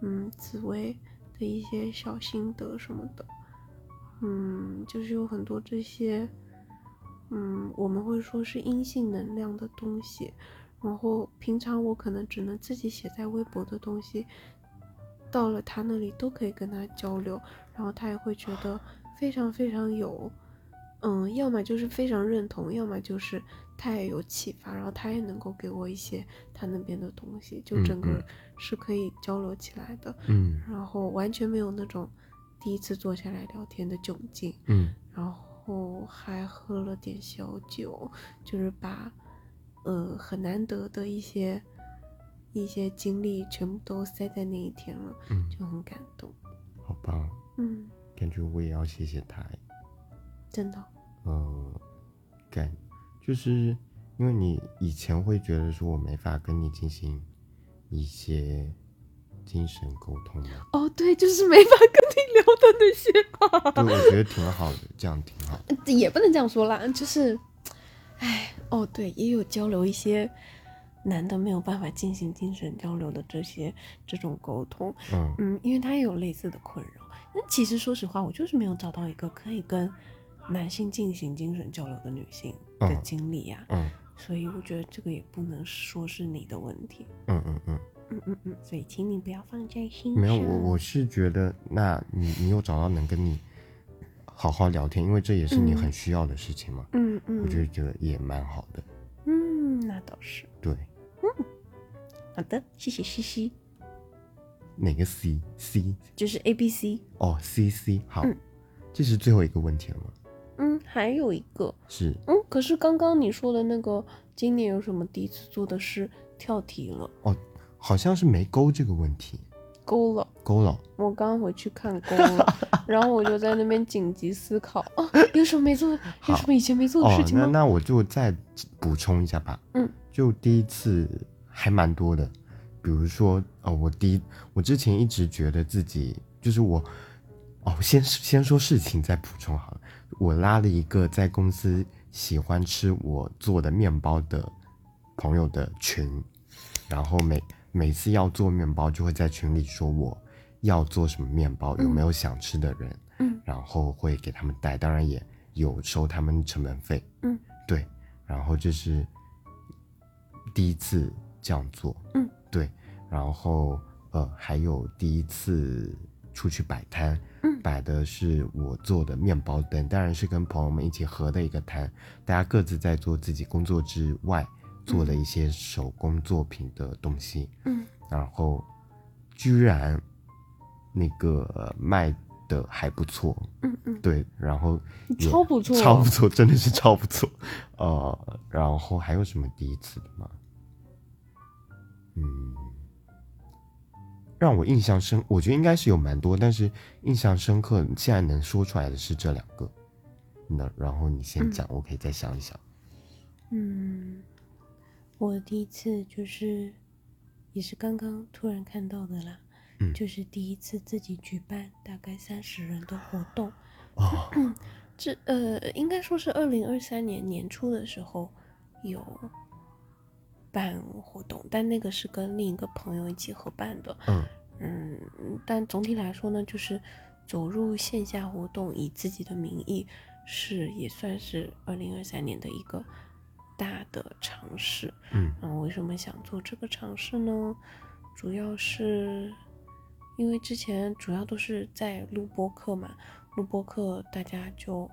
Speaker 2: 嗯紫薇的一些小心得什么的，嗯，就是有很多这些嗯我们会说是阴性能量的东西，然后平常我可能只能自己写在微博的东西，到了他那里都可以跟他交流，然后他也会觉得非常非常有，嗯，要么就是非常认同，要么就是他也有启发，然后他也能够给我一些他那边的东西，就
Speaker 1: 嗯
Speaker 2: 整个
Speaker 1: 嗯
Speaker 2: 是可以交流起来的，
Speaker 1: 嗯
Speaker 2: 然后完全没有那种第一次坐下来聊天的窘境。
Speaker 1: 嗯
Speaker 2: 然后还喝了点小酒，就是把呃很难得的一些一些经历全部都塞在那一天了，
Speaker 1: 嗯，
Speaker 2: 就很感动。
Speaker 1: 好棒，
Speaker 2: 嗯，
Speaker 1: 感觉我也要谢谢他。
Speaker 2: 真的，
Speaker 1: 呃，感就是因为你以前会觉得说我没法跟你进行一些精神沟通嘛， [LAUGHS]
Speaker 2: 哦，对，就是没法跟你聊的那些吧。 [LAUGHS]
Speaker 1: 对，我觉得挺好的，这样挺好。
Speaker 3: 呃也不能这样说啦，就是
Speaker 2: 哎，哦，对，也有交流一些男的没有办法进行精神交流的这些这种沟通，
Speaker 1: 嗯
Speaker 2: 嗯，因为他也有类似的困扰。那其实说实话，我就是没有找到一个可以跟男性进行精神交流的女性的
Speaker 1: 嗯
Speaker 2: 经历呀、
Speaker 1: 嗯
Speaker 2: 所以我觉得这个也不能说是你的问题。
Speaker 1: 嗯嗯嗯，
Speaker 2: 嗯嗯嗯，所以请你不要放在心上。
Speaker 1: 没有，我我是觉得，那你你有找到能跟你好好聊天，因为这也是你
Speaker 2: 嗯
Speaker 1: 很需要的事情嘛，
Speaker 2: 嗯
Speaker 1: 我就
Speaker 2: 嗯
Speaker 1: 觉得也蛮好的。
Speaker 2: 嗯，那倒是。
Speaker 1: 对，
Speaker 2: 好的，谢谢西西，
Speaker 1: 哪个 C C
Speaker 2: 就是 A B C。
Speaker 1: 哦 C C 好，
Speaker 2: 嗯
Speaker 1: 这是最后一个问题了吗？
Speaker 2: 嗯，还有一个，
Speaker 1: 是
Speaker 2: 嗯，可是刚刚你说的那个今年有什么第一次做的事跳题了，
Speaker 1: 哦，好像是没勾这个问题，
Speaker 2: 勾了。
Speaker 1: 勾了。
Speaker 2: 我刚回去看勾了，然后我就在那边紧急思考，哦，有什么没做，有什么以前没做的
Speaker 1: 哦
Speaker 2: 事，情
Speaker 1: 那
Speaker 2: 吗？
Speaker 1: 那我就再补充一下吧。
Speaker 2: 嗯，
Speaker 1: 就第一次还蛮多的，比如说哦，我第一我之前一直觉得自己就是我，哦，先先说事情再补充好了。我拉了一个在公司喜欢吃我做的面包的朋友的群，然后每每次要做面包，就会在群里说我要做什么面包，有没有想吃的人，
Speaker 2: 嗯，
Speaker 1: 然后会给他们带，当然也有收他们成本费，
Speaker 2: 嗯，
Speaker 1: 对，然后这是第一次这样做，
Speaker 2: 嗯，
Speaker 1: 对，然后呃还有第一次出去摆摊，
Speaker 2: 嗯
Speaker 1: 摆的是我做的面包灯，当然是跟朋友们一起合的一个摊，大家各自在做自己工作之外做的一些手工作品的东西，
Speaker 2: 嗯，
Speaker 1: 然后居然那个卖的还不错，
Speaker 2: 嗯嗯，
Speaker 1: 对，然后也
Speaker 2: 超不错
Speaker 1: 超不错，真的是超不错，呃，然后还有什么第一次的吗？嗯，让我印象深，我觉得应该是有蛮多，但是印象深刻，现在能说出来的是这两个。那然后你
Speaker 2: 嗯
Speaker 1: 先讲，我可以再想一想。
Speaker 4: 嗯，
Speaker 2: 我第一次就是也是刚刚突然看到的啦，
Speaker 1: 嗯
Speaker 2: 就是第一次自己举办大概三十人的活动，
Speaker 1: 哦，
Speaker 2: 这呃应该说是二零二三年年初的时候有办活动，但那个是跟另一个朋友一起合办的，
Speaker 1: 嗯
Speaker 2: 嗯，但总体来说呢，就是走入线下活动，以自己的名义是也算是二零二三年的一个大的尝试。
Speaker 1: 嗯
Speaker 2: 然后为什么想做这个尝试呢？主要是因为之前主要都是在录播课嘛，录播课大家就，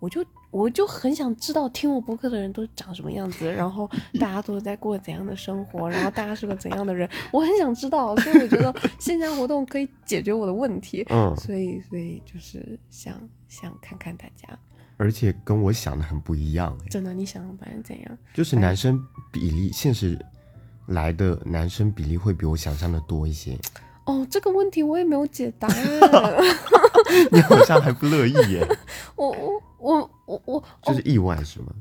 Speaker 2: 我就我就很想知道听我播客的人都长什么样子，然后大家都在过怎样的生活，然后大家是个怎样的人，我很想知道，所以我觉得线下活动可以解决我的问题，
Speaker 1: 嗯，
Speaker 2: 所以所以就是想想看看大家，
Speaker 1: 而且跟我想的很不一样、欸，
Speaker 2: 真的你想反正怎样？
Speaker 1: 就是男生比例，现实来的男生比例会比我想象的多一些。
Speaker 2: 哦，这个问题我也没有解答。
Speaker 1: 你好像还不乐意耶，
Speaker 2: 我我我我我，
Speaker 1: [LAUGHS] 就是意外是吗？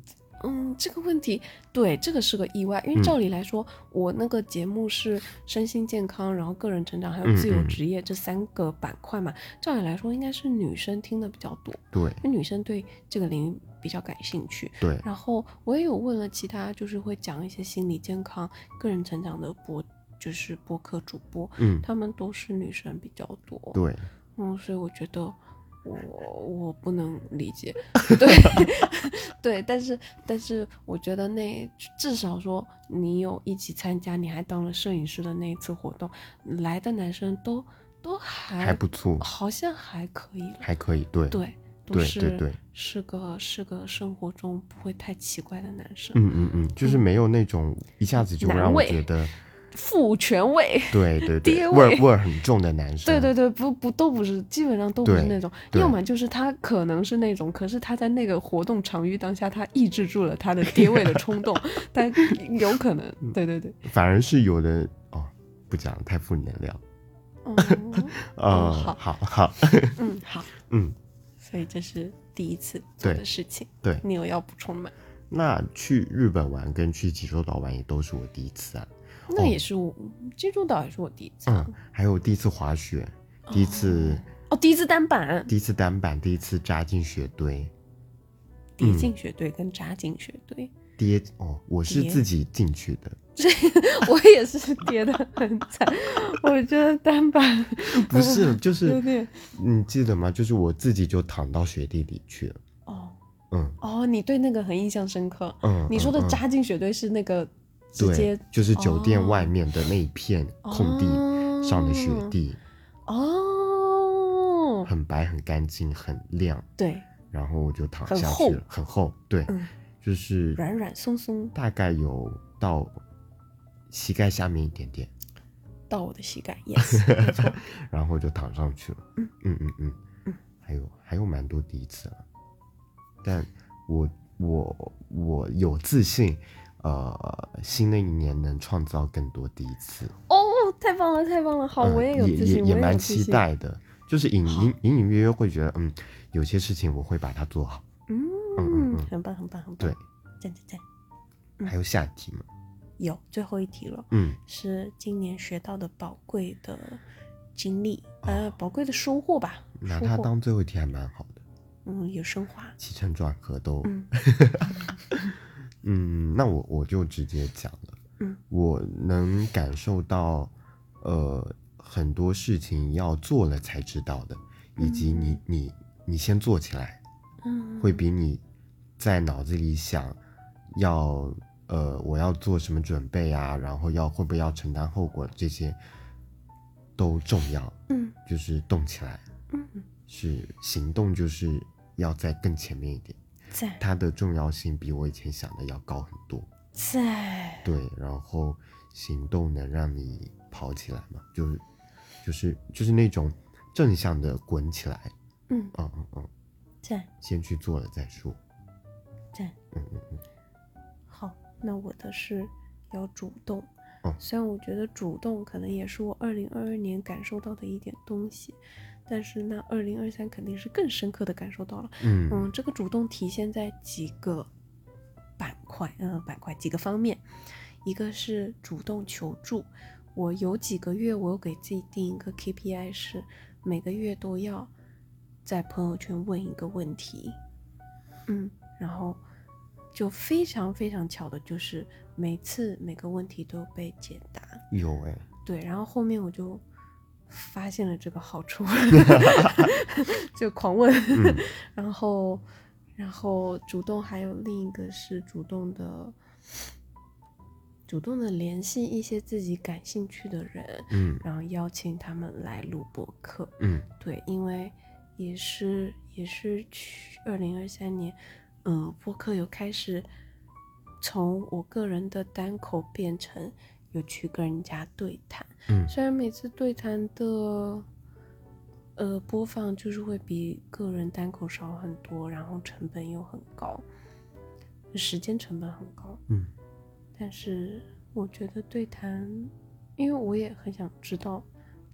Speaker 2: 嗯，这个问题，对，这个是个意外，因为
Speaker 1: 嗯
Speaker 2: 照理来说，我那个节目是身心健康，然后个人成长，还
Speaker 1: 嗯
Speaker 2: 有自由
Speaker 1: 嗯
Speaker 2: 职业这三个板块嘛，照理来说应该是女生听的比较多，
Speaker 1: 对
Speaker 2: 因为女生对这个领域比较感兴趣，
Speaker 1: 对，
Speaker 2: 然后我也有问了其他，就是会讲一些心理健康、个人成长的播，就是播客主播，
Speaker 1: 嗯
Speaker 2: 他们都是女生比较多，
Speaker 1: 对，
Speaker 2: 嗯，所以我觉得我我不能理
Speaker 1: [LAUGHS]
Speaker 2: 解，对 [LAUGHS] 对，但是但是我觉得那至少说你有一起参加，你还当了摄影师的那一次活动，来的男生都都还
Speaker 1: 还不错，
Speaker 2: 好像还可以了，
Speaker 1: 还可以，对
Speaker 2: 对，都
Speaker 1: 对
Speaker 2: 是
Speaker 1: 对对
Speaker 2: 是个是个生活中不会太奇怪的男生，
Speaker 1: 嗯嗯嗯，就是没有那种一下子就
Speaker 2: 难
Speaker 1: 让我
Speaker 2: 为
Speaker 1: 觉得，
Speaker 2: 父权位。
Speaker 1: 对对对，
Speaker 2: 爹
Speaker 1: 味儿
Speaker 2: 味
Speaker 1: 味儿很重的男生，
Speaker 2: 对对对，不不都不是，基本上都不是
Speaker 1: 对
Speaker 2: 那种，
Speaker 1: 对
Speaker 2: 要么就是他可能是那种，可是他在那个活动场域当下，他抑制住了他的跌位的
Speaker 1: [LAUGHS]
Speaker 2: 冲动，但有可能，
Speaker 1: 嗯
Speaker 2: 对对对，
Speaker 1: 反而是有的哦，不讲了太负能量，
Speaker 2: 嗯
Speaker 1: 呃，
Speaker 2: 嗯好
Speaker 1: 好好， [LAUGHS]
Speaker 2: 嗯好，
Speaker 1: 嗯，
Speaker 2: 所以这是第一次做
Speaker 1: 对
Speaker 2: 的事情，
Speaker 1: 对
Speaker 2: 你有要补充吗？
Speaker 1: 那去日本玩跟去济州岛玩也都是我第一次啊，
Speaker 2: 那
Speaker 1: 哦
Speaker 2: 也是我济州岛也是我第一次啊，
Speaker 1: 嗯，还有第一次滑雪，第一次、
Speaker 2: 哦，第一次单板
Speaker 1: 第一次单板，第一次扎进雪堆，
Speaker 2: 跌进雪堆跟扎进雪 [LAUGHS] 堆，
Speaker 1: 跌哦，我是
Speaker 2: 跌
Speaker 1: 自己进去的，
Speaker 2: 我也是跌得很惨，我觉得单板 [LAUGHS]
Speaker 1: 不是，就
Speaker 2: 有
Speaker 1: 是
Speaker 2: 点
Speaker 1: 你记得吗？就是我自己就躺到雪地里去了，
Speaker 2: 哦。
Speaker 1: 嗯
Speaker 2: 哦，你对那个很印象深刻。
Speaker 1: 嗯，
Speaker 2: 你说的
Speaker 1: 嗯嗯
Speaker 2: 扎进雪堆是那个直接
Speaker 1: 对，就是酒店
Speaker 2: 哦
Speaker 1: 外面的那一片空地上的雪地，
Speaker 2: 哦，
Speaker 1: 很白、很干净、很亮。
Speaker 2: 对，
Speaker 1: 然后我就躺
Speaker 2: 很
Speaker 1: 下
Speaker 2: 厚
Speaker 1: 去了，很厚，对，
Speaker 2: 嗯
Speaker 1: 就是
Speaker 2: 软软松松
Speaker 1: 大概有到膝盖下面一点点，
Speaker 2: 到我的
Speaker 1: [LAUGHS]
Speaker 2: 膝盖，yes，没错。
Speaker 1: 然后就躺上去了。
Speaker 2: 嗯
Speaker 1: 嗯嗯嗯
Speaker 2: 嗯
Speaker 1: 还有还有蛮多第一次了，但我我我有自信，呃，新的一年能创造更多第一次。
Speaker 2: 哦，太棒了，太棒了，好，
Speaker 1: 嗯
Speaker 2: 哦我也有自
Speaker 1: 也
Speaker 2: 信，我
Speaker 1: 也
Speaker 2: 有
Speaker 1: 蛮
Speaker 2: 自
Speaker 1: 期
Speaker 2: 信。
Speaker 1: 待的，就是隐隐隐隐约约会觉得，嗯，有些事情我会把它做好。嗯
Speaker 2: 嗯
Speaker 1: 嗯嗯，
Speaker 2: 很棒，很棒，很棒。
Speaker 1: 对，，
Speaker 2: 赞赞赞。嗯
Speaker 1: 还有下一题嘛，
Speaker 2: 有最后一题了，
Speaker 1: 嗯，
Speaker 2: 是今年学到的宝贵的经历，呃，宝贵的收获吧。
Speaker 1: 拿
Speaker 2: 收
Speaker 1: 它
Speaker 2: 获
Speaker 1: 当最后一题还蛮好的，
Speaker 2: 嗯，有升华。
Speaker 1: 起承转合都，
Speaker 2: 嗯
Speaker 1: 嗯，那我我就直接讲了，
Speaker 2: 嗯，
Speaker 1: 我能感受到，呃，很多事情要做了才知道的，以及你你你先做起来，
Speaker 2: 嗯，
Speaker 1: 会比你在脑子里想要呃我要做什么准备啊，然后要会不会要承担后果这些都重要。
Speaker 2: 嗯，
Speaker 1: 就是动起来，
Speaker 2: 嗯，
Speaker 1: 是行动，就是要在更前面一点。
Speaker 2: 赞
Speaker 1: 它的重要性比我以前想的要高很多。
Speaker 2: 赞。
Speaker 1: 对，然后行动能让你跑起来嘛，就是就是就是那种正向的滚起来。
Speaker 2: 嗯
Speaker 1: 嗯嗯嗯，
Speaker 2: 赞
Speaker 1: 先去做了再说。
Speaker 2: 赞，
Speaker 1: 嗯嗯嗯。
Speaker 2: 好，那我的是要主动，
Speaker 1: 嗯
Speaker 2: 虽然我觉得主动可能也是我二零二二年感受到的一点东西，但是那二零二三肯定是更深刻的感受到了。
Speaker 1: 嗯
Speaker 2: 嗯，这个主动体现在几个板块，呃，板块几个方面，一个是主动求助。我有几个月，我有给自己定一个 KPI，是每个月都要在朋友圈问一个问题，嗯，然后就非常非常巧的，就是每次每个问题都被解答，
Speaker 1: 有哎、
Speaker 2: 对，然后后面我就发现了这个好处， [LAUGHS] 就狂问，
Speaker 1: 嗯
Speaker 2: 然后然后主动还有另一个是主动的。主动的联系一些自己感兴趣的人，
Speaker 1: 嗯
Speaker 2: 然后邀请他们来录播客。
Speaker 1: 嗯
Speaker 2: 对，因为也是也是去二零二三年，嗯，播客有开始从我个人的单口变成有去跟人家对谈，
Speaker 1: 嗯
Speaker 2: 虽然每次对谈的呃播放就是会比个人单口少很多，然后成本又很高，时间成本很高，
Speaker 1: 嗯
Speaker 2: 但是我觉得对谈，因为我也很想知道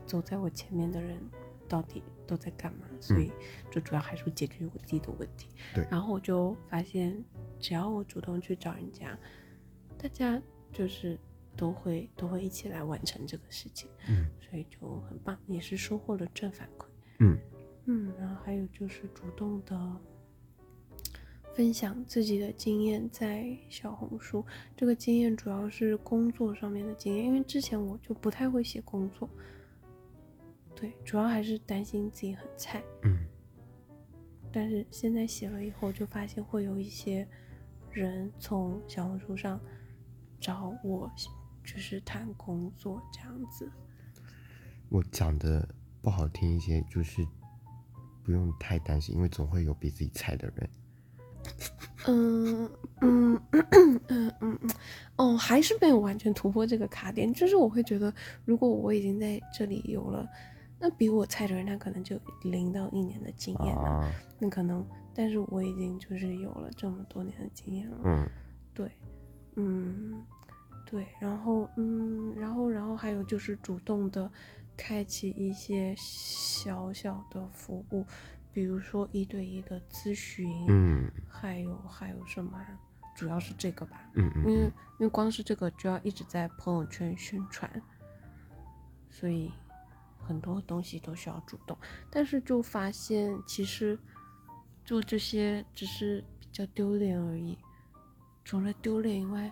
Speaker 2: 走在我前面的人到底都在干嘛，所以最主要还是解决我自己的问题。
Speaker 1: 嗯对
Speaker 2: 然后我就发现，只要我主动去找人家，大家就是都会都会一起来完成这个事情，
Speaker 1: 嗯
Speaker 2: 所以就很棒，也是收获了正反馈。
Speaker 1: 嗯
Speaker 2: 嗯，然后还有就是主动的分享自己的经验在小红书。这个经验主要是工作上面的经验，因为之前我就不太会写工作，对，主要还是担心自己很菜。
Speaker 1: 嗯
Speaker 2: 但是现在写了以后，就发现会有一些人从小红书上找我，就是谈工作这样子。
Speaker 1: 我讲的不好听一些，就是不用太担心，因为总会有比自己菜的人。
Speaker 2: 嗯嗯嗯嗯，嗯，哦，还是没有完全突破这个卡点。就是我会觉得，如果我已经在这里有了，那比我菜的人，他可能就有零到一年的经验了。
Speaker 1: 啊，
Speaker 2: 那可能，但是我已经就是有了这么多年的经验了。
Speaker 1: 嗯
Speaker 2: 对，嗯，对，然后嗯，然后然后还有就是主动的开启一些小小的服务，比如说一对一的咨询。
Speaker 1: 嗯
Speaker 2: 还有还有什么、啊？主要是这个吧，
Speaker 1: 嗯
Speaker 2: 因为
Speaker 1: 嗯
Speaker 2: 因为光是这个就要一直在朋友圈宣传，所以很多东西都需要主动。但是就发现其实做这些只是比较丢脸而已，除了丢脸以外，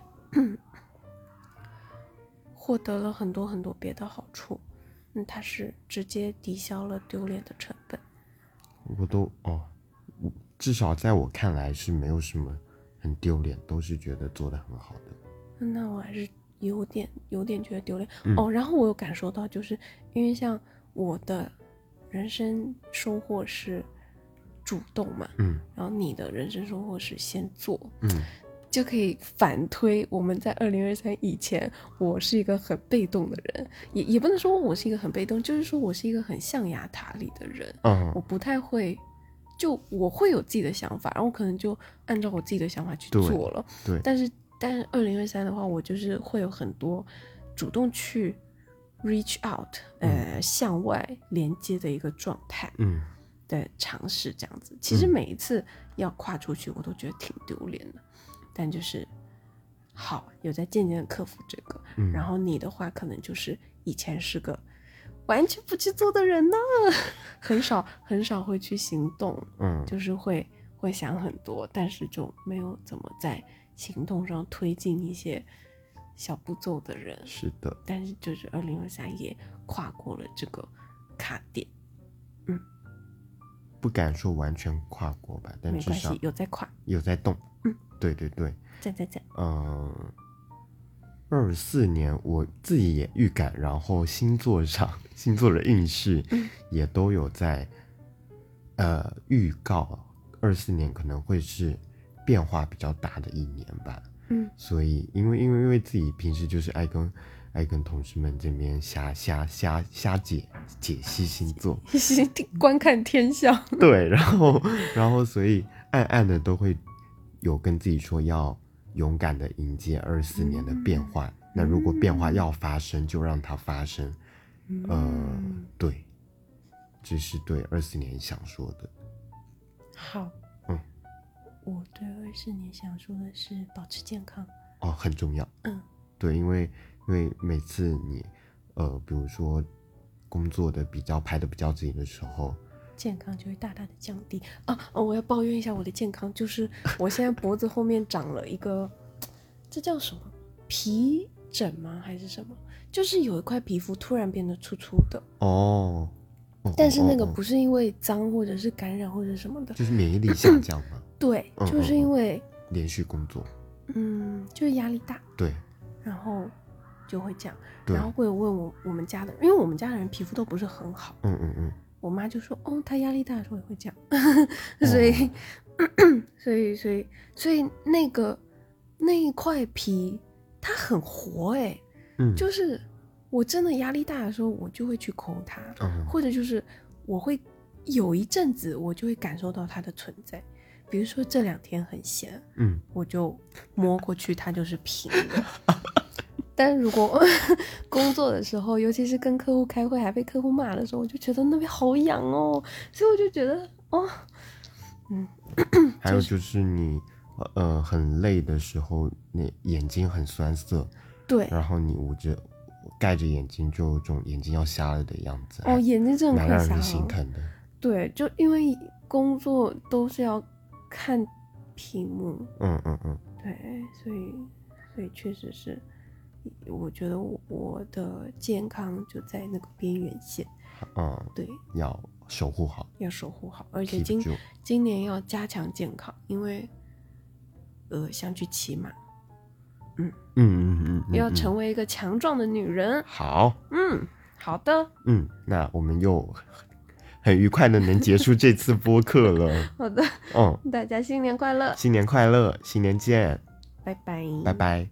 Speaker 2: 获得了很多很多别的好处。嗯，它是直接抵消了丢脸的成本。
Speaker 1: 嗯，我都哦，我至少在我看来是没有什么很丢脸，都是觉得做的很好的。
Speaker 2: 那我还是有点有点觉得丢脸、
Speaker 1: 嗯
Speaker 2: 哦。然后我有感受到，就是因为像我的人生收获是主动嘛，
Speaker 1: 嗯
Speaker 2: 然后你的人生收获是先做，
Speaker 1: 嗯
Speaker 2: 就可以反推我们在二零二三以前，我是一个很被动的人，也也不能说我是一个很被动，就是说我是一个很象牙塔里的人。我
Speaker 1: 嗯，
Speaker 2: 不太会，就我会有自己的想法，然后可能就按照我自己的想法去
Speaker 1: 对
Speaker 2: 做了。
Speaker 1: 对
Speaker 2: 但是但二零二三的话，我就是会有很多主动去 reach out，呃，向外连接的一个状态
Speaker 1: 嗯
Speaker 2: 的尝试，这样子。其实
Speaker 1: 嗯
Speaker 2: 每一次要跨出去，我都觉得挺丢脸的，但就是。好，有在渐渐的克服这个，
Speaker 1: 嗯，
Speaker 2: 然后你的话可能就是以前是个完全不去做的人呢， [LAUGHS] 很少很少会去行动，
Speaker 1: 嗯
Speaker 2: 就是会会想很多，但是就没有怎么在行动上推进一些小步骤的人。
Speaker 1: 是的，
Speaker 2: 但是就是二零二三也跨过了这个卡点，
Speaker 1: 不敢说完全跨过吧，但
Speaker 2: 没
Speaker 1: 至
Speaker 2: 关
Speaker 1: 少
Speaker 2: 系，有在跨，
Speaker 1: 有在动。
Speaker 2: 嗯，
Speaker 1: 对对对，
Speaker 2: 在在在，
Speaker 1: 嗯，二四年我自己也预感，然后星座上 [LAUGHS] 星座的运势
Speaker 2: 嗯
Speaker 1: 也都有在，呃，预告二四年可能会是变化比较大的一年吧。
Speaker 2: [LAUGHS] 嗯，
Speaker 1: 所以因为因为因为自己平时就是爱跟爱跟同事们这边瞎瞎瞎瞎解解 [LAUGHS] 析星座，
Speaker 2: 观看天象，
Speaker 1: 对，然后然后所以暗暗的都会有跟自己说要勇敢的迎接二四年的变化。那如果变化要发生，就让它发生。
Speaker 2: 嗯
Speaker 1: 呃，对，这是对二四年想说的。
Speaker 2: 好，
Speaker 1: 嗯，
Speaker 2: 我对二四年想说的是保持健康。
Speaker 1: 哦，很重要。
Speaker 2: 嗯，
Speaker 1: 对，因为因为每次你呃，比如说工作的比较排的比较紧的时候，
Speaker 2: 健康就会大大的降低啊！哦，我要抱怨一下我的健康，就是我现在脖子后面长了一个，这叫什么皮疹吗？还是什么？就是有一块皮肤突然变得粗粗的，
Speaker 1: 哦，哦
Speaker 2: 但是那个
Speaker 1: 哦哦
Speaker 2: 不是因为脏或者是感染或者什么的，
Speaker 1: 就是免疫
Speaker 2: [CLEARS THROAT]
Speaker 1: 力下降嘛，
Speaker 2: 对，
Speaker 1: 嗯
Speaker 2: 就是因为
Speaker 1: 连续工作，
Speaker 2: 嗯，就是压力大，
Speaker 1: 对
Speaker 2: 然后就会这样，
Speaker 1: 对
Speaker 2: 然，后会问我我们家的，因为我们家的人皮肤都不是很好，
Speaker 1: 嗯嗯嗯，
Speaker 2: 我妈就说：“哦，她压力大的时候也会这样， [LAUGHS] 所以、 [CLEARS THROAT] 所以，所以，所以那个那一块皮，它很活哎、
Speaker 1: 嗯，
Speaker 2: 就是我真的压力大的时候，我就会去抠它，
Speaker 1: 嗯
Speaker 2: 或者就是我会有一阵子，我就会感受到它的存在。比如说这两天很闲，
Speaker 1: 嗯，
Speaker 2: 我就摸过去，它就是平的。
Speaker 1: [LAUGHS]
Speaker 2: 但如果工作的时候，尤其是跟客户开会还被客户骂的时候，我就觉得那边好痒哦，所以我就觉得哦，嗯
Speaker 1: 还有就是你呃呃很累的时候，你眼睛很酸涩，
Speaker 2: 对，
Speaker 1: 然后你捂着盖着眼睛，就有种眼睛要瞎了的样子，
Speaker 2: 哦，眼睛真的
Speaker 1: 蛮
Speaker 2: 快
Speaker 1: 让
Speaker 2: 瞎
Speaker 1: 人心
Speaker 2: 了。哦
Speaker 1: 疼的。
Speaker 2: 对，就因为工作都是要看屏幕，
Speaker 1: 嗯嗯嗯，
Speaker 2: 对，所以所以确实是，我觉得我我的健康就在那个边缘线，
Speaker 1: 嗯，
Speaker 2: 对，
Speaker 1: 要守护好，
Speaker 2: 要守护好，而且
Speaker 1: keep
Speaker 2: 今
Speaker 1: 住。
Speaker 2: 今年要加强健康，因为呃想去骑马，
Speaker 1: 嗯嗯嗯嗯，
Speaker 2: 要
Speaker 1: 嗯
Speaker 2: 成为一个强壮的女人。
Speaker 1: 好。
Speaker 2: 嗯，好的，
Speaker 1: 嗯，那我们又很愉快的能结束这次播客了。
Speaker 2: 好的， [LAUGHS]
Speaker 1: 嗯，
Speaker 2: 大家新年快乐，
Speaker 1: 新年快乐，新年见，
Speaker 2: 拜拜，
Speaker 1: 拜。拜。